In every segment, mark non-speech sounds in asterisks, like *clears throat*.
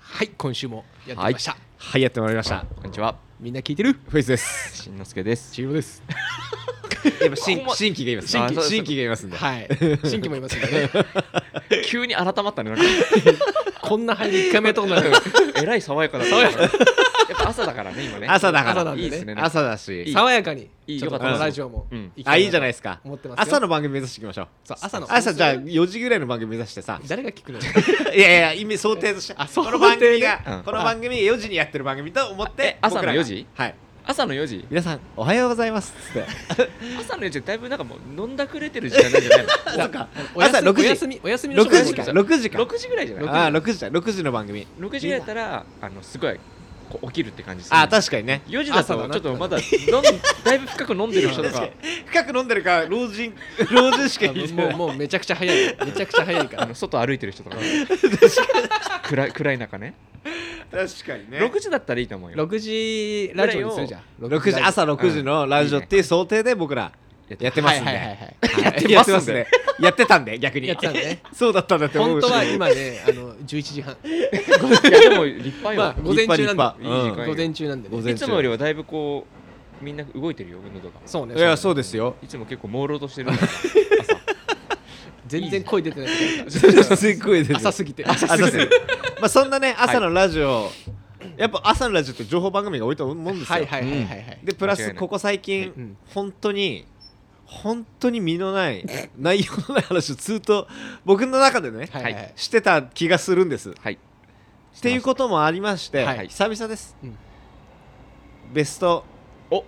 はい今週もやってきました、はい、やってまいりました。こんにちは、みんな聞いてるフェイスです。しんのすけです。チームですやっぱ新 *laughs* ここま新規がいます。あそう新規です新規がいますんで。はい新規もいますんで *laughs* ね急に改まったね。なんかこんな入り一回目やったことないえらい爽やかだった。やっぱ朝だからね、今ね。朝だか朝ならん。でねいいですね。なんか朝だし。爽やかにいいちょっとよこかったのラジオもうんきたあ、いいじゃないいですか思って。ますよ朝の番組目指していきましょう。そう朝の朝じゃあ4時ぐらいの番組目指してさ。 *laughs* 誰が聞くのいやいや、意味想定として。あこの想番定組ねうんが、この番組4時にやってる番組と思ってえ。朝の僕らが4時はい。朝の4時。皆さん、おはようございます。 *laughs* つって。朝の4時だいぶなんかもう飲んだくれてる時間なんじゃないのそっか。おやす朝6お時休。みお休みの6時人も多いか。ら6時か。 ?6 時ぐらいじゃないああ、6時だ。6時の番組。 ?6 時ぐらいだったら、あの、すごい、こう起きるって感じでする。あ、確かにね。 4時だ朝だとなちょっとまだ飲んだいぶ深く飲んでる人とか深く飲んでるから、老人、老人しかあ聞いてのない。もうもうめちゃくちゃ早いめちゃくちゃ早いかあらの外歩いてる人とか暗い暗い中ね確かにね。 6時だったらいいと思うよ6時ラジオにするじゃん6時朝6時のラジオっていう想定で僕らやってますんで、はいはいはいはいややっっててまますんすでねやってたんで逆にやってたんで *laughs* ねそうだったんだって思本う当はし今ねあの11時半いやでも立派よ、まあ午前中なん立派で立派いい時間午前中なんで午ね前いつもよりはだいぶこうみんな動いてるよ喉がそうねいやそうですよいつも結構朦朧と *laughs* してる全然声出てないすっごい出てる朝すぎて *laughs* 朝すぎるまあそんなね朝のラジオ、やっぱ朝のラジオって情報番組が多いと思うんですよ、はいはいはいはいはいでプラ間違いスないここ最近、うん本当に本当に身のない内容のない話をずっと僕の中でね、はいはいはいしてた気がするんですはいっていうこともありまして、はい久々です、うんベストお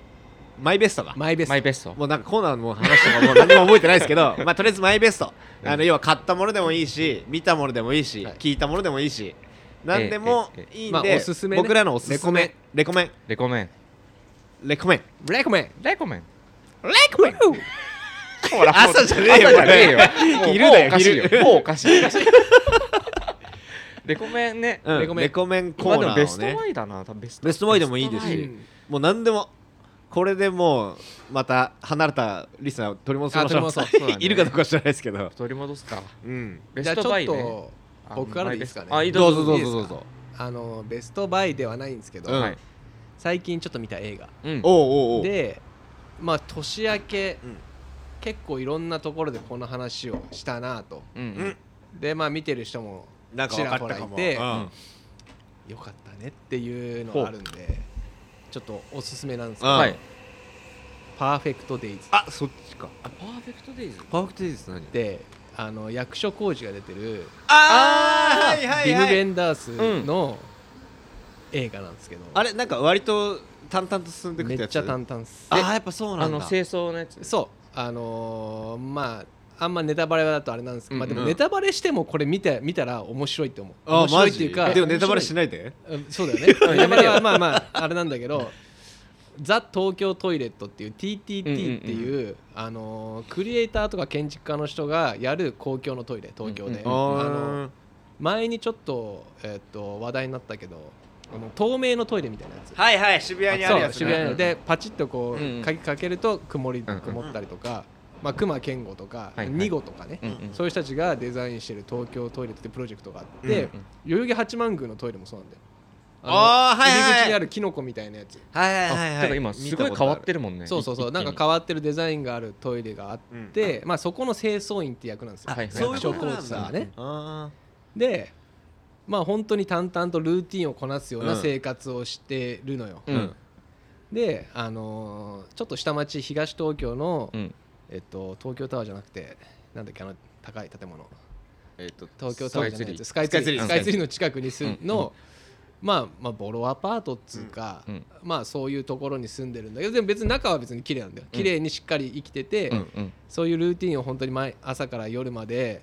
マイベストがマイベスマイトベストもうなんかコーナーの話とかもう何も覚えてないですけどまあとりあえずマイベスト、あの要は買ったものでもいいし見たものでもいいし、はい聞いたものでもいいし何でもええいいんで、まあおすすめね僕らのおすすめレコメンレコメンレコメンレコメンブレイクメンレコメンレイクメン朝じゃねえよ朝じゃねえよこれもう昼だよもうおかしいよもうお昼かしい *laughs* レコメンね、うんレコメンレコメンコまあーでナもベーをストねワイだな多分ベストベストワイでもいいですベストワしイもう何でもこれでもうまた離れたリスナーを取り戻しましょあ取りう戻そうそうだね *laughs* いるかどうかは知らないですけど、取り戻すかうん、ベじゃスあちトょバっイねと僕からでいいですかねあマイベストどあうぞどうぞいいでどうすかぞあのベストバイではないんですけど、うんはい最近ちょっと見た映画うんおうおうおうでまあ年明け、うん結構いろんなところでこの話をしたなとうんううんんでまあ見てる人もなんかち分らほからったかいもてうんよかったねっていうのがあるんでちょっとおすすめなんですけうどんはい「パーフェクト・デイズあそっちかパーフェクトデイズパーフェクトデイズって何」であの役所広司が出てるあーはいはビいム・はベいンダースの映画なんですけどあれなんか割と淡々と進んでくめってっやつちゃ淡々っすあーやっぱそうあなんのだ清掃のやつそうあのーまああんまネタバレだとあれなんですけど、うんうんまあ、でもネタバレしてもこれ見て見たら面白いって思う面あー白マいってジいうかでもネタバレしいないでそうだよねネタバレはまあまああれなんだけど「ザ・東京トイレット」っていう TTT っていう,、あのークリエイターとか建築家の人がやる公共のトイレ東京で、うんあのあー前にちょっと,、えっと話題になったけどあの透明のトイレみたいなやつはいはい渋谷にあるやそうつ渋谷にあるねでパチッとこうんうんう鍵かけると曇りうんうん曇ったりとか、まあ、熊健吾とか、はいはいニゴとかね、うんうんそういう人たちがデザインしてる東京トイレっていうプロジェクトがあって、うんうん代々木八幡宮のトイレもそうなんだよのあーはいはいはい入り口にあるキノコみたいなやつ、はいはあいはいてはいか今すごい変わってるもんねそうそうそう一気なにんか変わってるデザインがあるトイレがあって、まあ、そこの清掃員って役なんですよ、はいはいそういうことなんだ役所広司さんはね、あでまあ本当に淡々とルーティンをこなすようなうん生活をしてるのよ、ーうんで、あのーちょっと下町東東京の、うんえっと、東京タワーじゃなくてなんだっけあの高い建物えっと東京タワーじゃないやつスカイイツツリリーーススカカイイツツリリーの近くに住んの、まあ、まあボロアパートっつうか、うんうんまあそういうところに住んでるんだけどでも別に中は別に綺麗なんだよ綺麗にしっかり生きてて、うんうんそういうルーティンを本当に毎朝から夜まで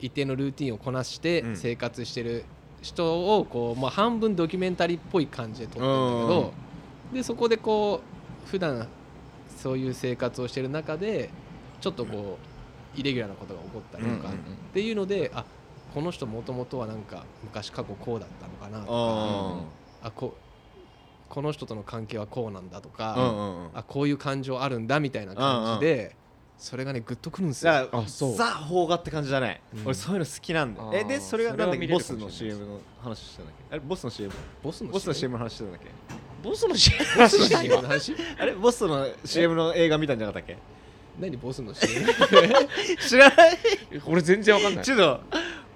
一定のルーティンをこなしてうん生活してる人をこう、まあ、半分ドキュメンタリーっぽい感じで撮ってるんだけどでそこでこう普段そういう生活をしてる中でちょっとこうイレギュラーなことが起こったりうんうとんかうっんていうのであこの人もともとはなんか昔過去こうだったのかなとかああここの人との関係はこうなんだとーか。うんうんうんあこういう感情あるんだみたいな感じでそれがねグッとくるんですよだからあそうザ邦画って感じだね、うん俺そういうの好きなんだよえあーでそれがそれなはんだっ見けれボるスかもしれないの CM の話したんだっけあれボスの CM ボスのボスの CM の話してたんだっけボスの試ボ合スの CM の話あれボスの CM の映画見たんじゃなかったっ何ボスの CM け知らない *laughs* 俺全然わかんないちょっと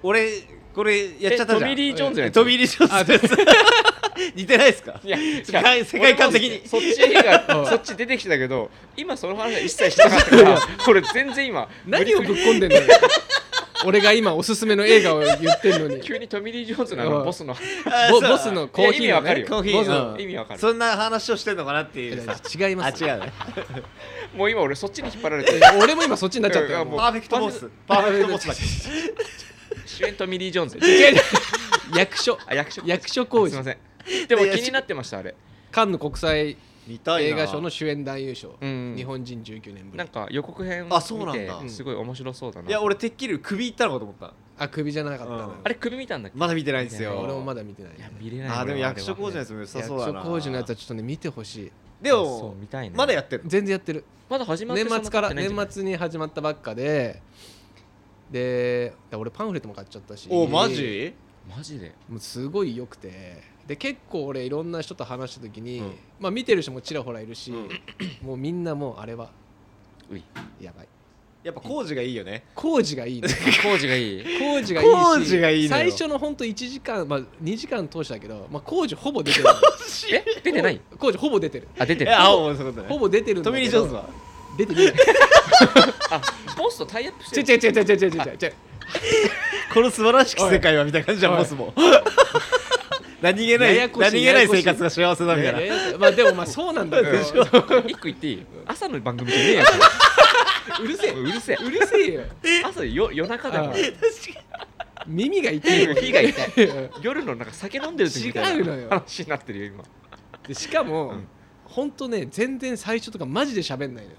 俺これやっちゃったじえトゃんミー・リー・ジョーンズのやつトミーリー・ジョーンズのやつ似てないですかいや違う世界世界観的にそっちがそっち出てきたけど今その話は一切してなかった *laughs* からこれ全然今何をぶっ込んでんだよ俺が今おすすめの映画を言ってんのに急にトミー・リー・ジョーンズのあのボスのあボそうボスのコーヒーの、ね、いや意味わかるよコーヒボスのー、うん意味わかるそんな話をしてんのかなっていうさ違いあます違うねもう今俺そっちに引っ張られて俺も今そっちになっちゃったようんもうパーフェクトボスパーフェクトボスだっけ主演トミー・リー・ジョーンズ役所あ役所役所広す司いませんでも気になってましたあれカンヌ国際似たい映な画賞の主演男優賞、うん日本人19年ぶなりんか予告編あそうなんだ見てすごい面白そうだないや俺てっきり首いったのかと思ったあ首じゃなかったな、うんあれ首見たんだっけまだ見てないんです見てよ俺もまだ見てないいや見れないあーでも役所工事のやつつも良さ役そうだな所広司のやつはちょっとね見てほしいでも見たいねまだやってる全然やってるまだ始まって年そんな末から経ってないんじゃな年い末に始まったばっかででいや俺パンフレットも買っちゃったしおマジマジでもうすごい良くてで結構俺いろんな人と話した時に、うんまあ見てる人もちらほらいるし、うん *clears throat* もうみんなもうあれはういやばいやっぱ工事がいいよね工事がいい *laughs* ね工事がいい工事がいいし工事がいいのよ最初のほんと1時間、まあ、2時間通したけど、まあ、工事ほぼ出 *laughs* てる工え出てない工事ほぼ出てるあ出てえるあおうそういうことほねぼ出てるんトだミー・リけー・どジョーンズは出てねあボスとタイアップしえて違う違う違う違う違う違う違う *laughs* この素晴らしき世界はみたいな感じじゃんおいボスも *laughs* 何気なやいやこしい何気ない生活が幸せだみたいないやいやまあでもまあそうなんだけど *laughs* でしょ一個言っていい朝の番組じゃねえやうるせえうるせえうるせえよ朝よ夜中だかあらー耳が痛いよ火が痛い夜のなんか酒飲んでる時みたい違うのよな話になってるよ今でしかも、うんほんとね全然最初とかマジで喋んないのよ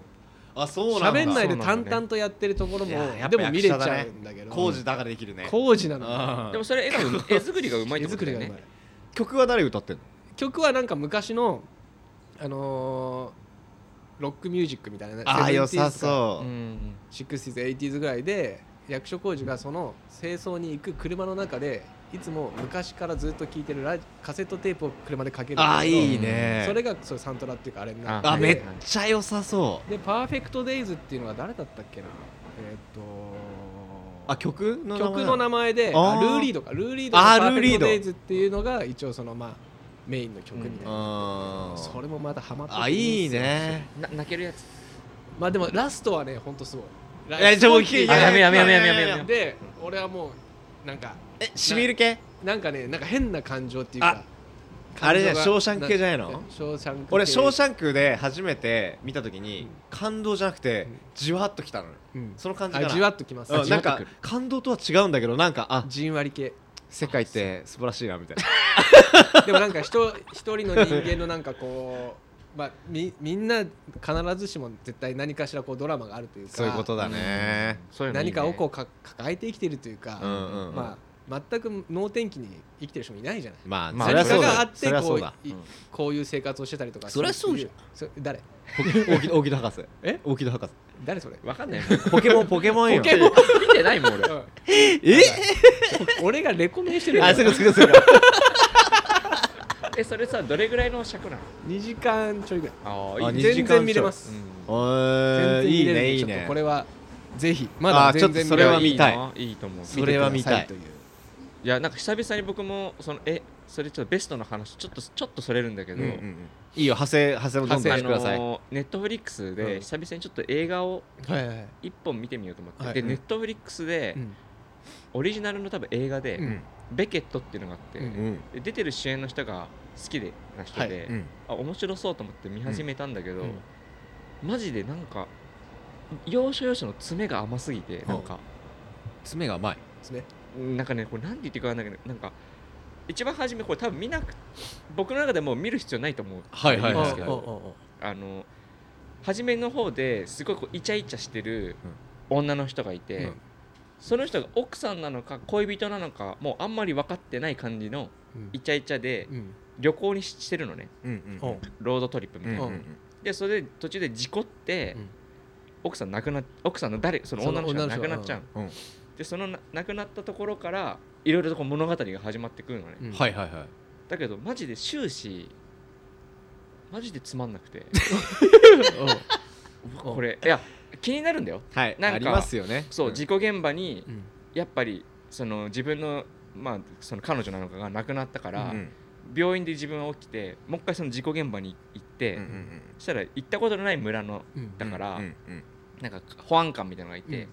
あそうなんだ喋んないでで淡々とやってるところも、いややっでぱも見役れち者ゃだねうんだけど工事だからできるね工事なのよあーでもそれ絵がうまい絵作りがうまいっ手て作ことだりがうよねまい曲は誰歌ってんの曲はなんか昔のあのーロックミュージックみたいなああ良さうそううん 60s、80s ぐらいで役所工事がその清掃に行く車の中でいつも昔からずっと聴いてるラジカセットテープを車でかけるんだけどあーいいねそれがそうサントラっていうかあれになってあはいめっちゃ良さそうで「パーフェクトデイズっていうのは誰だったっけなえーっとあ曲の名前曲の名前でああールーリードかルーリードのあーパーフルーェリクートドデイズっていうのが一応そのまあメインの曲みたいな、あーそれもまたハマっててあいいねな泣けるやつまあでもラストはねほんとすごいえじゃあもう聞いラあストやめやめやめやめやめ聞いてで俺はもうなんかえしみる系なんかねなんか変な感情っていうかああれじゃん感情がショーシャンク系じゃないのんショーシャンク系俺「ショーシャンク」で初めて見た時に感動じゃなくてうんじわっときたのようんその感じあかじわなっときますうんじなわっんとかくる感動とは違うんだけどなんかあじんわり系世界って素晴らしいなみたいな *laughs* でもなんか人一人の人間のなんかこう、まあ、みみんな必ずしも絶対何かしらこうドラマがあるというかそういうことだねそういうのい何いねかをこうか抱えて生きてるというか、うんうんうんまあ、全く能天気に生きてる人もいないじゃない。ままああそりゃそ何うかがあっだてそりゃこそううだいうんこういう生活をしてたりとかそりゃそうじゃんそ誰大木大木戸博士え大木戸博士誰それわかんないもんポケモンポケモンよポケモン見てないもん俺え俺がレコメンしてるあやそつれそれそれえそれさどれぐらいの尺なの2時間ちょいぐらいあああいいね二時全間ちょい然見れます、お全然いい見いれるんでねいいちょっねとこれはぜひまだあーちょ全っと然それは見たいやいいないと思うそれは見た見いてくださとういやなんか久々に僕もそのえそれちょっとベストの話ちょっとちょっとそれるんだけうど、んうんうんいいよ派生派生もどんどんあしてくださいのネットフリックスうでん久々にちょっと映画をはいはいはい一本見てみようと思って、はいで、うんネットフリックスで、うんオリジナルの多分映画で、うんベケットっていうのがあって、うんうんで出てる主演の人が好きでな人で、はうんあ面白そうと思って見始めたんだけど、うんマジでなんか要所要所の爪が甘すぎて、なんか爪が甘いですねなんかねこれなんて言っていいかわかんないけどなんか一番初めこれ多分見なく僕の中でもう見る必要ないと思うはいはいんはでいすけどあの初めの方ですごいこうイチャイチャしてる女の人がいて、うんその人が奥さんなのか恋人なのかもうあんまり分かってない感じのうんイチャイチャでうん旅行にしてるのねうんうんおうロードトリップみたいな、うんでそれで途中で事故って、うん奥さん亡くなっ奥さんの誰その女の人そが亡のく女のな人っちゃうのうんうんでそのな亡くなったところからいろいろとこう物語が始まってくるのね、うんはいはいはいだけどマジで終始マジでつまんなくてこれいや気になるんだよはいなんかありますよねそう、ん事故現場にうんやっぱりその自分のまあその彼女なのかが亡くなったかうんら、病院で自分は起きてもう一回その事故現場に行って、うんうんうんそしたら行ったことのない村のうんだからうんうんなんか保安官みたいなのがいて、うん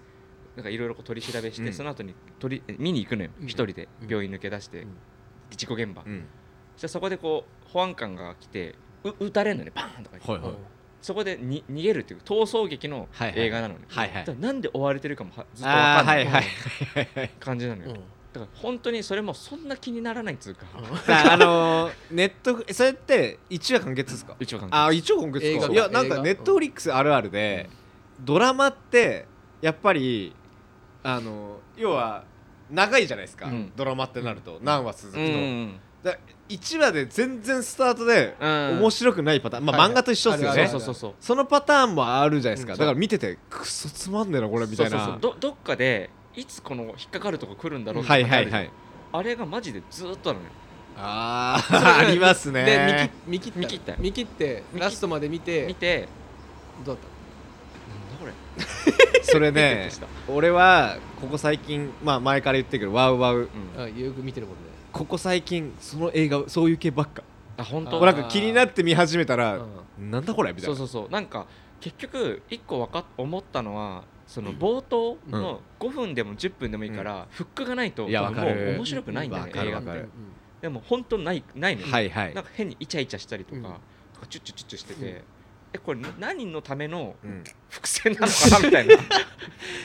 なんかいろいろこう取り調べして、うんその後に取り見に行くのようん一、人でうん病院抜け出して、うん事故現場、うんうんそしたらそこでこう保安官が来てう撃たれるのねバーンとか言って、はいはいそこでに逃げるっていう逃走劇のはいはい映画なのね、はいはいだからなんで追われてるかもはずっと分かあーんはないいはい *laughs* 感じなのよ、うんだから本当にそれもそんな気にならないっつうか、だあのーネットフそれって一話完結ですかうちは関係ないあ一応今月映か画いやなん映か画ネットフリックスあるあるで、ドラマってやっぱりあの要は長いじゃないですか、うんドラマってなると何話続くうの、んだ1話で全然スタートでうん *laughs* 面白くないパターン、まあはい漫画と一緒ですよあるね、あるそうそうそうそのパターンもあるじゃないですか、うんだから見ててクソつまんねえなこれみたいなそうそうそうどどっかでいつこの引っかかるとこ来るんだろうってはいはいはいいあれがマジでずーっとなのよあそれー *laughs* ありますでね見切見切った見切って見切っラストまで見見ててどうだっなんだこれそれピクピねクした俺はここ最近まあ前から言ってるけどワウワウうんたあよく見てるもんねここ最近その映画そういう系ばっかあ本あ当もうなんか気になって見始めたら、うんなんだこれみたいそなうそうそうなんか結局一個わかっ思ったのはその冒頭の5分でも10分でもいいから、フックがないといや多分わかもるう面白くないんだよねわかる映画わっかてるでも本当ないないのよ、はいはいなんか変にイチャイチャしたりとか、うんなんかチュッチュッチュッチュしてて、うんえこれな何のためのうん伏線なのかなみたいな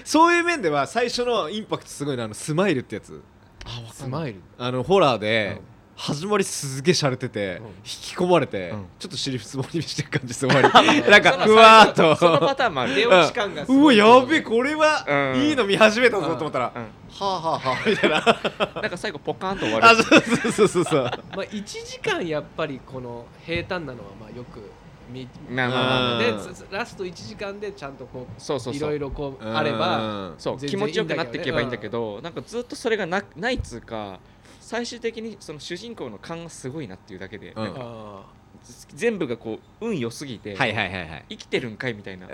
そういう面では最初のインパクトすごいなあのスマイルってやつあわスマイルあのホラーうでん始まりすげえ洒落てて、うん引き込まれて、うんちょっと尻つぼにしてる感じです *laughs* 終わり *laughs* なんかふわーっとそのパターンもある出落ち感がすうごわいやべえこれはうんいいの見始めたぞと思ったら、はうんあはあはあみたいななんか最後ポカーンと終わあるそうそうそうそう *laughs* そうまあ1時間やっぱりこの平坦なのはまあよく見まあまあまあまあうんでつつラスト1時間でちゃんとこそうそうういそろいうろこうあればうんそう全気然持ちよくなっていけばいいんだけどなんかずっとそれがなないっつうか最終的にその主人公の勘がすごいなっていうだけで、うんなんかあ全部がこう運良すぎて、はいはいはいはい生きてるんかいみ *laughs* たいない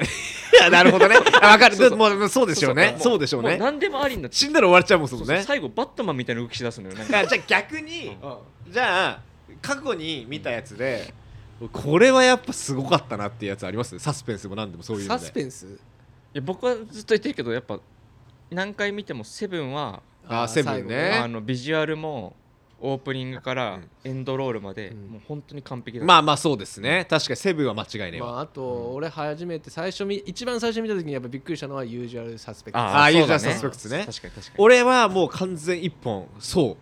やなる *laughs* ほどねあわかるそうそうもうもうそうでしょうねそうでしょうもねう何でもありになっち死んだら終わっちゃうもんゃそううそうそうね最後バットマンみたいな動きしだすのよなんいかやじゃあ逆にあじゃあ過去に見たやつでこれはやっぱすごかったなっていうやつありますサスペンスも何でもそういうのサでスペンスいや僕はずっと言ってるけどやっぱ何回見ても「セブンはあーセブンねえあのビジュアルもオープニングからエンドロールまで、うんもう本当に完璧だったまあまあそうですね確かにセブンは間違いねえまわあ、あと俺初めて最初見一番最初見た時にやっぱびっくりしたのはユージュアルサスペクトああいうじゃんそうだねサスペクツね確かに確かに俺はもう完全一本そう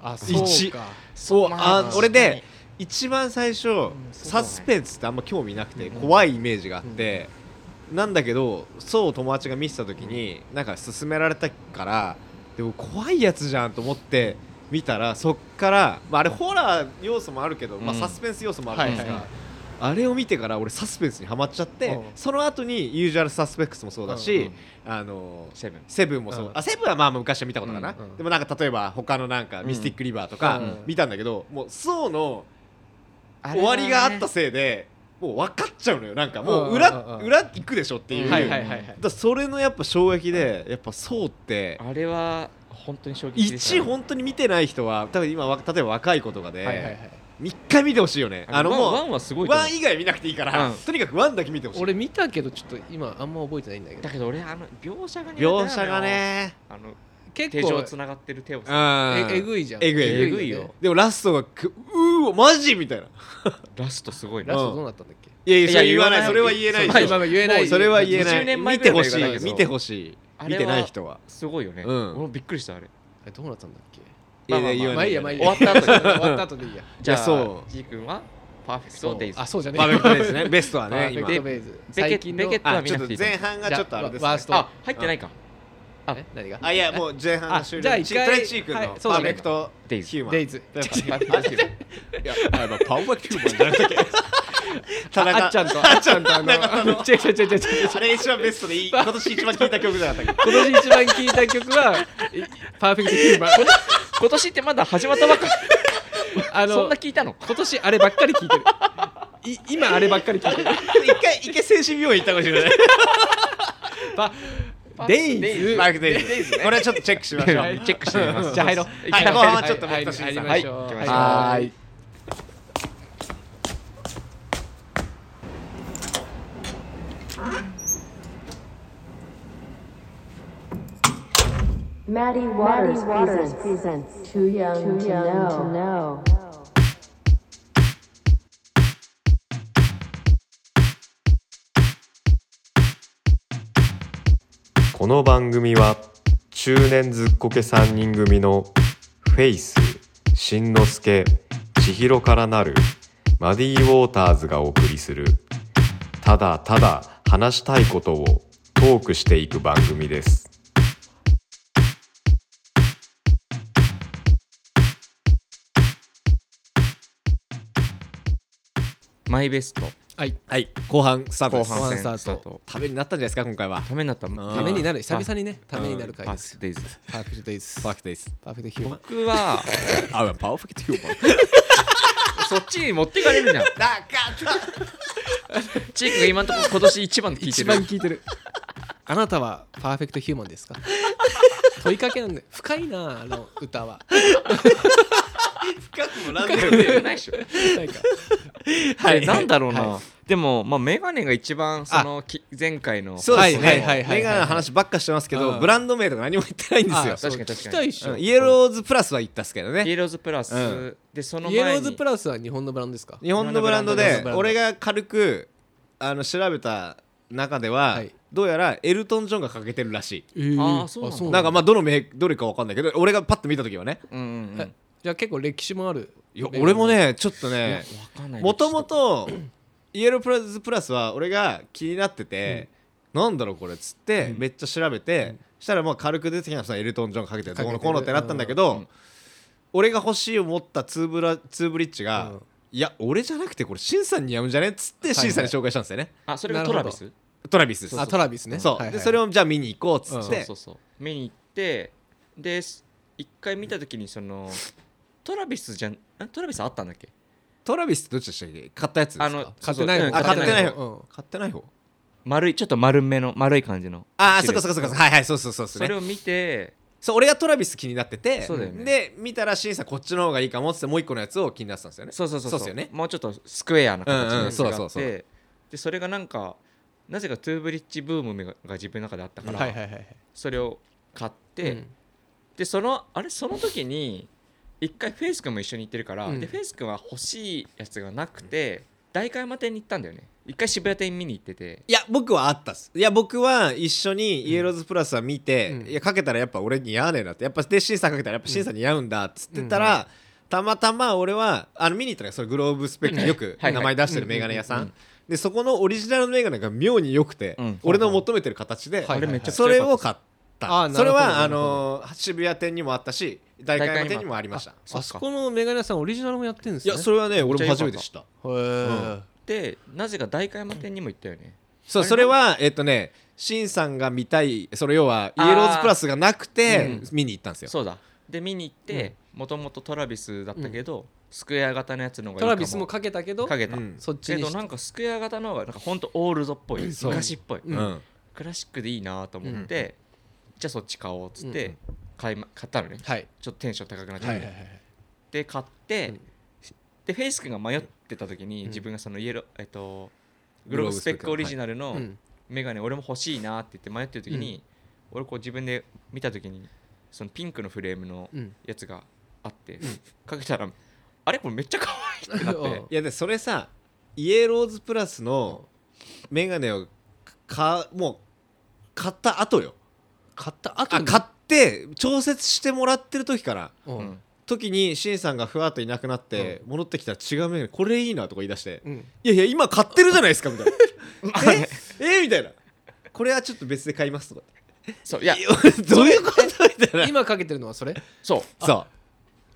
あ一かそうまああ俺で一番最初そうサスペンスってあんま興味なくてうん怖いイメージがあってなんだけどそう友達が見てた時になんか勧められたからでも怖いやつじゃんと思って見たらそっからまああれホラー要素もあるけどまあうんサスペンス要素もあるんではすいがはいあれを見てから俺サスペンスにはまっちゃってうんその後にユージュアルサスペックスもそうだうんしあのセブンセブンもそう、うんあセブンはまあまあ昔は見たことかな、うんうんでもなんか例えば他のなんかミスティックリバーとうかん見たんだけど、もうソーの終わりがあったせいでもう分かっちゃうのよなんかもう裏,、うんうんうん裏行くでしょっていう、はいはいはいはだいからそれのやっぱ衝撃でやっぱソーってあれは本当に衝撃でした1本当に見てない人は多分今わ例えば若い子とかで、はいはいはい一回見てほしいよねああののもワンワうンはすごいと思ワうン以外見なくていいから、うんとにかくワンだけ見てほしい俺見たけどちょっと今あんま覚えてないんだけどだけど俺あの描写が苦手なのよ描写がねあの手結錠構つながってる手をうさんええぐいじゃんえぐいえぐいよでもラストがくうーマジみたいなラストすごいラスなトどうなったんだっけいやいや、いそやれ言わない。言わないそれは言えないまあまでしあょ。まあ言えないそれは言え20ない。年前見ぐらていの映画だほしけい。ど見てほしあい。れ見はてない人は。すごいよねう俺んもびっくりしたあれあれどうなったんだっけまあまあまあいやまあいいやまあいいや終わった後に終わった後でいいやじゃいやあそうジー君はパーフェクトデイズあそうじゃねパーフェクトイですね。 *laughs* ベストはパーね、フェ今ク。トベイズベケ最近のベケットあ、ちょっと前半がちょっとあれですじゃあワーねス。トあ入ってないかえ何があ、いや、もう前半が終了。あじゃあ一回とりえずチー君のはいパーフェクトデイズヒューマン。デイズやっぱ *laughs* パーフェクトデイズいや、あやっぱパーフェクトヒューマンじゃなくて。田中あっちゃんとあっちゃんとあ中の違う違う違う違う違うあれ一番ベスト *laughs* でいい今年一番聴いた曲じゃなかったっけ今年一番聴いた曲はいパーフェクトヒューマン今年ってまだ始まったばっかあそのんな聞いたの今年あればっかり聴いてるい今あればっかり聴いてる一回一回精神病院行ったかもしれないパデイズマークデイズデイズねこれはちょっとチェックしましょうはいチェックしてみますじゃあ入ろうはい後半はちょっとは僕いとしん入さりんましょうはい行きましょうははーいい Maddie Waters, presents, Too Young, to, know. この番組は中年ずっこけ3人組のフェイス、しんのすけ、千尋からなるマディウォーターズがお送りするただただ話したいことをトークしていく番組です。マイベストはいはい後半スタート後です半戦スタートためになったんじゃないですか今回はためになったんためになる久々ににねためになる回パでーすスデイズパーフェクトデイズパーフェクト *laughs* ですパーフェクトヒューマン僕はあパーフェクトヒューマンそっちに持ってかれるじゃんだかチークが今のところ今年一番聞いて一る番聞いてるあなたはパーフェクトヒューマン *laughs* ですか問いかけなんで深いなあの歌はら深くもなんで聞いて *laughs* ないでしょなんかはいでなんだろうな、はでも、まあ、メガネが一番そのき前回のそうですね、はいはいはいはいメガネの話ばっかしてますけど、うんブランド名とか何も言ってないんですよあそう確かに聞き確かにたいっしょうんイイエローズプラスは言ったっすけどイエねローズプラス、うんでそのエロ前ーにズプラスは日本のブランドですか日本のブランドで日本のブランド俺が軽くあの調べた中では、はいどうやらエルトン・ジョンがかけてるらしいえーあーそうなんだなんかまあどの名どれかわかんないけど俺がパッと見た時はねうんうん、うん、わえじゃあ結構歴史もあるいや俺もねちょっとわねかんないもともとイエロープラスプラスは俺が気になってて、なんだろうこれっつって、めっちゃ調べて、したらまあ軽く出てきたのそのエルトン・ジョンかけてるどうのこうのってなったんだけど、俺が欲しい思ったツーブラツーブリッジが、うんいや俺じゃなくてこれシンさんにやむんじゃねっつっていはいシンさんに紹介したんですよね、あそれがトラビストラビスですあトラビスねそう、はいはいでそれをじゃあ見に行こうっつっそうて、そうそう見に行ってです一回見た時にそのトラビスじゃんんトラビスあったんだっけトラビスってどっちでしたっけ買ったやつですかあの買ってないそう方そうあ買ってない買ってない方方買ってない方丸いちょっと丸めの丸い感じのああシそっルエッかトそっかそっかはいはいそうそうそうそうそれを見てそう俺がトラビス気になっててそうだよねで見たらシンさんこっちの方がいいかもっつってもう一個のやつを気になってたんですよねそうそうそうそうっすよねもうちょっとスクエアな形のやつがあって、うんうんそうそうそうでそれがなんかなぜかトゥーブリッジブームが自分の中であったから、はいはいはいはいそれを買って、うんでそのあれその時に一回フェイス君も一緒に行ってるから、うんでフェイス君は欲しいやつがなくて代官山店に行ったんだよね一回渋谷店見に行ってていや僕はあったっすいや僕は一緒にイエローズプラスは見て、うんいやかけたらやっぱ俺似合わねえなってやっぱでシンさんかけたらやっぱシンさん似合うんだっつってたら、たまたま俺はあの見に行ったのがそれグローブスペックによくはいはい名前出してるメガネ屋さん、うんうんでそこのオリジナルのメガネが妙に良くて、うん俺の求めてる形で、はいあれめちゃくちゃそれ良かをった買ったあーなそるれほどはあのー渋谷店にもあったし代官山店にもありましたそっかあそこのメガネ屋さんオリジナルもやってるんですいねやそれはね俺も初めめっちゃ良かったて知ったへーでなぜか代官山店にも行ったよね、そうそれはえっとねシンさんが見たいその要はイエローズプラスがなくてうん見に行ったんですよ、そうだで見に行ってもともとトラビスだったけど、スクエア型のやつの方がいトいかもラビスもかけたけどかけた、うんそっちけにどしなんかスクエア型の方がなんかほんとオールドっぽ *laughs* いそう昔っぽい、うんうんクラシックでいいなと思って、じゃあそっち買おうっつって、買いま買ったのねはいちょっとテンション高くなっちゃっはて、いはいはいで買って、うんでフェイス君が迷ってた時に、自分がそのイエローえっとグローブスペックオリジナルのうんメガネ俺も欲しいなって言って迷ってる時に、俺こう自分で見た時にそのピンクのフレームのうんやつがあって、かけたらあれこれめっちゃ可愛いってなっうてんいやでそれさイエローズプラスのメガネをかもう買った後よ買った後あに買って調節してもらってる時からうんうん時にシンさんがふわっといなくなって戻ってきたら違うメガネこれいいなとか言い出してうん「いやいや今買ってるじゃないですか」みたい *laughs* な「ええみたいな「これはちょっと別で買います」とかそういやいやどういうことみたいな今かけてるのはそれそうそう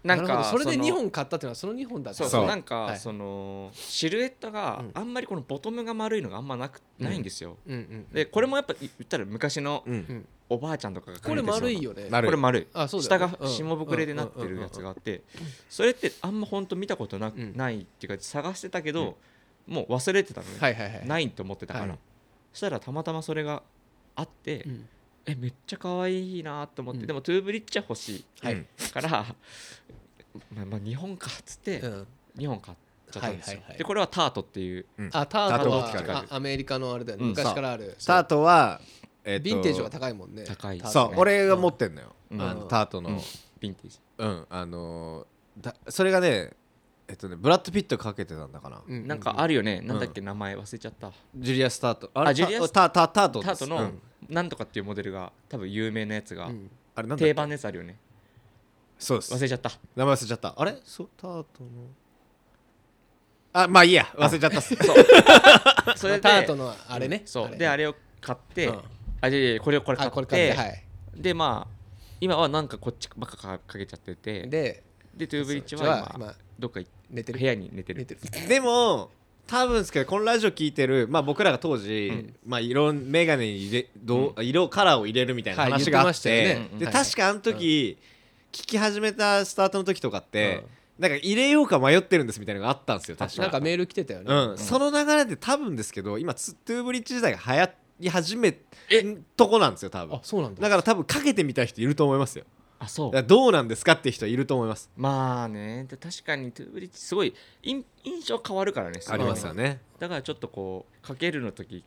なんるほかどそれでの2本買ったっていうのはその2本だったそうそうなんか、はいそのシルエットがうんあんまりこのボトムが丸いのがあんまなく、うんないんですようんうん、でこれもやっぱ言ったら昔のうんんおばあちゃんとかがこれ丸いよよねなるこれ丸いあそうだ下よねがうん下膨れでなってるやつがあってそれってあんま本当見たことなくうんないっていうか探してたけどもう忘れてたのね、はいはいはい、ないいと思ってたから、はいそしたらたまたまそれがあって、うんえめっちゃ可愛いなと思って、うんでもトゥーブリッジは欲しいはいから、まあまあ、日本かっつってうん、日本買っちゃったんですはいよ、はいはいでこれはタートっていうあタートタートオプティカはルあアメリカのあれだよね、うん昔からあるタートはえヴっとィンテージは高いもんね高いタートそうね俺が持ってんのようんあのタートうんのヴィンテージうんあのーだそれがねえっとねブラッド・ピットかけてたんだかなううなんかあるよね、んなんだっけ名前忘れちゃったジュリアス・タートあジュリアスタタタートですタートうのんなんとかっていうモデルが多分有名なやつが、うんあれなんだっけ定番のやつあるよねそうです忘れちゃった名前忘れちゃったあれそうタートのあまあいいや忘れちゃったっすそう *laughs* それでタートのあれね、そうであれを買って、うんあいやいやいやこれをこれ買あってこれ買ってはいでまあ今はなんかこっちばっかかかけちゃっててででトゥーブリッジそうは今今どっか行っ寝てる部屋に寝てる寝てるでも多分ですけどこのラジオ聞いてる、まあ、僕らが当時、うんまあ、色眼鏡に入れどう色カラーを入れるみたいなはい話があ言ってまっしたて,、よねではい確かあの時、聞き始めたスタートの時とかってう、なんか入れようか迷ってるんですみたいなのがあったんですよ確かなんかメール来てたよね、うん、その流れで多分ですけど今ツトゥーブリッジ時代が流行り始めえとこなんですよ多分あそうなんだだから多分かけてみたい人いると思いますよあそだうからどうなんですかっていう人いると思いますまあねで確かにトゥーブリッジすごい印印象変わるからねあごいりますよねだからちょっとこうかけるの時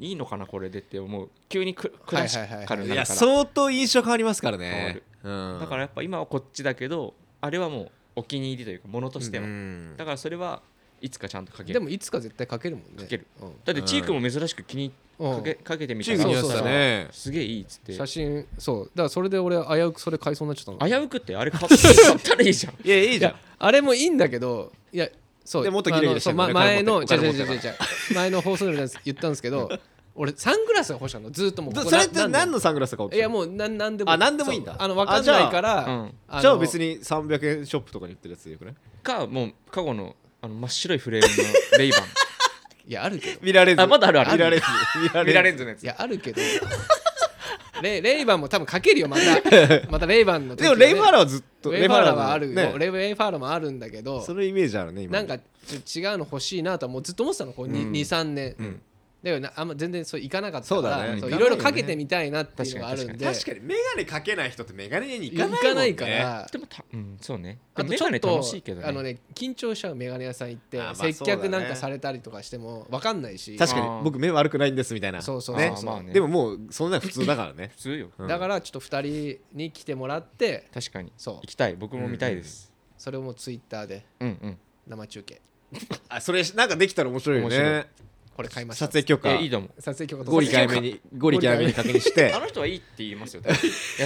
いいのかなこれでって思う急にククラシカルいになやるから相当印象変わりますから変わねるうんだからやっぱ今はこっちだけどあれはもうお気に入りというかものとしては、うんだからそれはいつかちゃんとかけるでもいつか絶対かけるもんねかける、うんだってチークも珍しく気にうんかけ,、かけてみた中ら国にやっやっててたたねすげえいいっつって写真そうだからそれで俺危うくそれ買いそうになっちゃったの危うくってあれ買って買ったらいいじゃんいやいいいやあれもいいんだけどいやそうでもっとギラギラしてあるのそうま前のおじゃ金じ持ゃってじるゃじゃ前の放送でも言ったんですけど俺サングラスが欲しかったのずーっともうここそれってな何のサングラスかいやもうなんなんでもあなんでもいいんだそうあのわかんないからあじゃあうんあのじゃあ別に300円ショップとかに売ってるやつでよくないかもう過去のあの真っ白いフレームのレイバンいやあるけど見られずあまだあるある見られずミラーレンズのやついやあるけ *laughs* どレイレイバンも多分かけるよまた *laughs* またレイバンの時ではもねレイファーラーはずっとレイファーラーはあるねレイレイファーラーもあるんだけどそのイメージあるね今なんかちょ違うの欲しいなとはもうずっと思ってたのこううん23年、んだよなあんま全然そういかなかったかそうだらねそういかないよねいろいろかけてみたいなっていうのがあるんで確かにメガネかけない人ってメガネ屋に行かないもん、ね、行かないからでもたうんそうねあでともメちょガっネと楽しいけどねあのね緊張しちゃうメガネ屋さん行ってあまあ接そうだ客ねなんかされたりとかしても分かんないし確かあーに僕目悪くないんですみたいなそうそうそうねあーまあねでももうそんなの普通だからね普通ようん *laughs* だからちょっと2人に来てもらって確かにそう行きたい僕も見たいですそれをもうツイッターでうんうん生中継あそれなんかできたら面白いよ面ねこれ買いました撮影許可えいいと思う撮影許可ゴ取リって回目にゴリ回目に確認し *laughs* てあの人はいいって言いますよ多分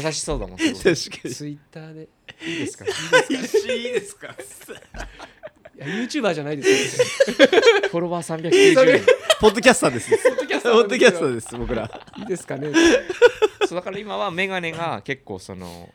優しそうだもんすごい確かに *laughs* ツイッターでいいですか石井ですかいや YouTuber じゃないですよフォロワー390人ポッドキャスターですポッドキャスターャスターです僕らいいですかねそうだから今はメガネが結構その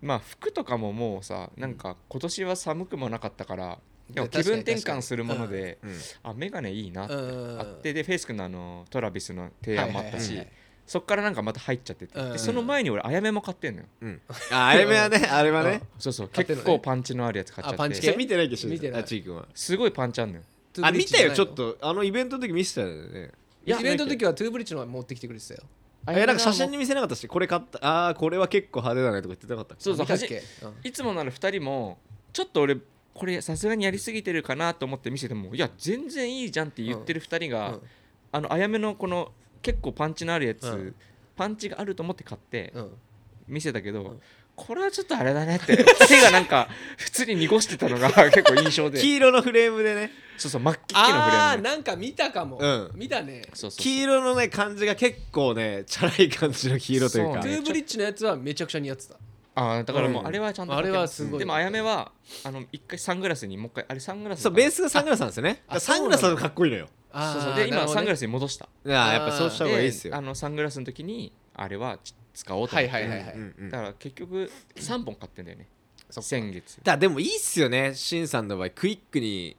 まあ服とかももうさなんか今年は寒くもなかったからでも気分転換するもので、あメガネいいなってうんあってでフェイス君のあのトラビスの提案もあったはいはし、いはいはいそっからなんかまた入っちゃってて、うんでその前に俺あやめも買ってんのようんああれはねあれはねそうそう買ってん結のね構パンチのあるやつ買っちゃってあパンチじ系ゃあ見てないけど見てないあちいくんはすごいパンチあんのよあ見たよちょっいとあのイベントの時見せたよねやイベントの時ははトゥーブリッジの方が持ってきてくれてたよえなんか写真にに見せなかったしこれ買ったああこれは結構派手だねとか言ってなかったそうそう見たっはじけうんいつもなら2人もちょっと俺これさすがにやりすぎてるかなと思って見せてもいや全然いいじゃんって言ってる2人が、うんあのあやめのこの結構パンチのあるやつ、うんパンチがあると思って買ってうん見せたけど、うんこれはちょっとあれだねって手がなんか普通に濁して *laughs* たのが結構印象で黄色のフレームでねそうそう真っ黄っきのフレあーームなんか見たかも、うん見たねそうそう黄色のね感じが結構ねチャラい感じの黄色というそかトうゥねーブリッジのやつはめちゃくちゃ似合ってたあーだからもううんあれはちゃんとあれはすごいでもあやめはあの一回サングラスにもう一回あれサングラスそうベースがサングラスなんですよねあサングラスだとかっこいいのよあそうそうで今サングラススに戻したいややっぱそうした方がいいですよあのサングラスの時にあれはち使おうとはい思ってはいはいはい、うんうんだから結局3本買ってんだよねそっか先月だでもいいっすよねシンさんの場合クイックに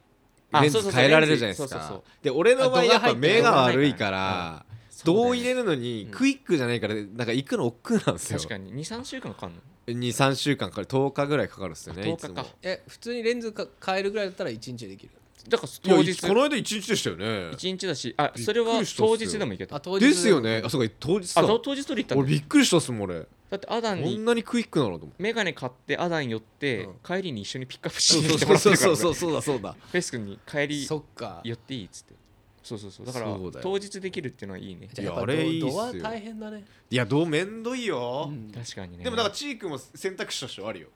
あレンそうズそうそう変えられるじゃないですレンズそうかそうで俺の場合やっぱ目が悪いかあらそうどう入れるるのにうんクイックじゃないからなんか行くの億劫なんですよ確かに23週間かかんの23週間から10日ぐらいかかるっすよね10いつ日もかえ普通にレンズか変えるぐらいだったら1日できるだからいや当日この間1日でしたよね1日だしあびっくりしたそっすよれは当日でもいけたああ当日ですよねあそうか当日だと当日取り行った俺んだびっくりしたっすもん俺だってアダこンにんなにクイックなのと思ってメガネ買ってアダン寄って、うん帰りに一緒にピックアップしそに行うってもらってそるうから *laughs* そねうそうそうだそうだフェイス君に帰りそっか寄っていいっつってそうそうそうだからそうだよ当日できるっていうのはいいねじゃあやっいやぱあれいいっドすよドア大変だね、いやどうめんどいうよんい確かにねでもだからチークも選択肢としてはあるよ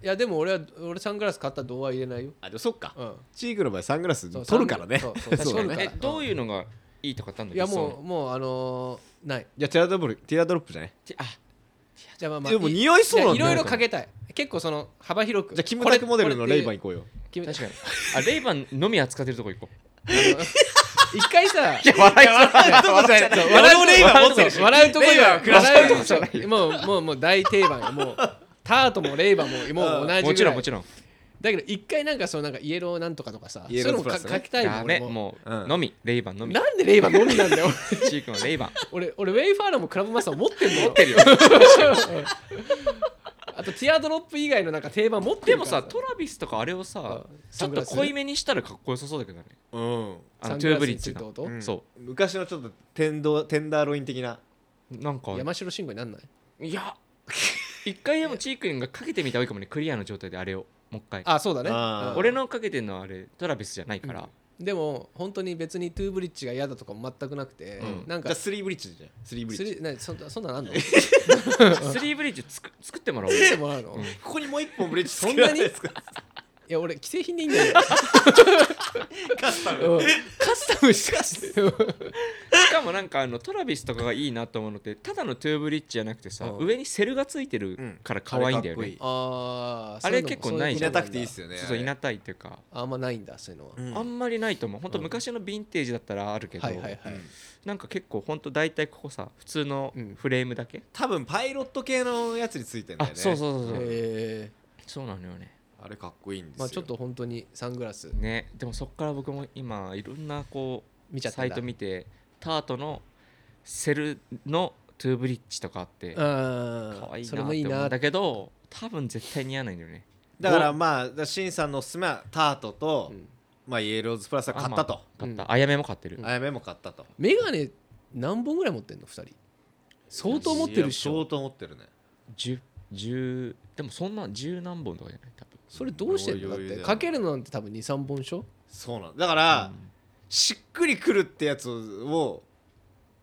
やでも俺は俺サングラス買ったらドア入れないよ、あでもそっかうん、チークの場合サングラスそう取るからねサングラスそうそう *laughs* そうだ取ねるえからどういうのがいいとかあったんだいっやけどもうもうあのーないいやティアドロップティアドロップじゃないてあじゃあまあまあでも匂いそうなんいだやよいろいろかけたい結構その幅広くじゃあキムタクモデルのレイバン行こうよ確確かにあレイバンのみ扱ってるとこ行こ *laughs* う一回さ笑い俺もレイバン持ってるし笑うとこにはレイバンは笑うとこじゃないもうもうもう大定番よもうタートもレイバンももう同じぐらいもちろんもちろんだけど一回なんかそのなんかイエローなんとかとかさそうイエいうローのもかスプラスね書きたいもダんメ俺ももううんのみレイバンのみなんでレイバンのみなんだよチークはレイバン俺俺ウェイファーラーもクラブマスター持ってんのよ持ってるよあとティアドロップ以外のなんか定番持ってでるかもらさトラビスとかあれをさうんちょっと濃いめにしたらかっこよさそうだけどねうんあサのントグゥラースブにリつッいジてのことうんそ昔のちょっとテンドテンダーロイン的なうなんか山城慎吾になんないいや一回でもチークンがかけてみた方がいいかもねクリアの状態であれをもう一回あそうだねあーうん俺のかけてんのはあれトラビスじゃないから、でも本当に別にトゥーブリッジが嫌だとかも全くなくて、うんなんじゃかあスリーブリッジじゃんスリーブリすッジりなそんなそんなのあんのスリーブリッジつく作って *laughs* もらおう見てもらうの、うんいここにもう一本ブリッジそんなに作らや俺既製品でいいんだよ、いカスタムうんカスタムしかしてよしかもなんかあのトラビスとかがいいなと思うのってただのトゥーブリッジじゃなくてさ、うん上にセルがついてるから可愛いんだよね、うんあーあれそううのも結構ないそういうのもあなたるくんだていいっすよねちょっといなたいっていうか、あんまないんだそういうのは、うんあんまりないと思う本当昔のヴィンテージだったらあるけど、はいはいはい、なんか結構本当大体ここさ普通のうんフレームだけ、多分パイロット系のやつについてんだあよねそうそうそうそう、えそうなのよねあれかっこいいんですーよまあ、ちょっと本当にサングラスねでもそっから僕も今いろんなこ見ちゃうったサんイだト見てタートのセルのトゥーブリッジとかあって可あ愛いあなそれもいいって思うなんだけど多分絶対似合わないんだよねだからまあだからシンさんのおすすめはタートと、うんまあイエローズプラスは買ったと買っうたあやめも買ってるあやめも買ったとメガネ何本ぐらい持ってんの2人相当持ってるっしいやょ相当持ってるね10 10でもそんな十何本とかじゃない多分それどうしてんのだっ余裕てだよかけるのなんて多分23本でしょそうなんだから、しっくりくるってやつを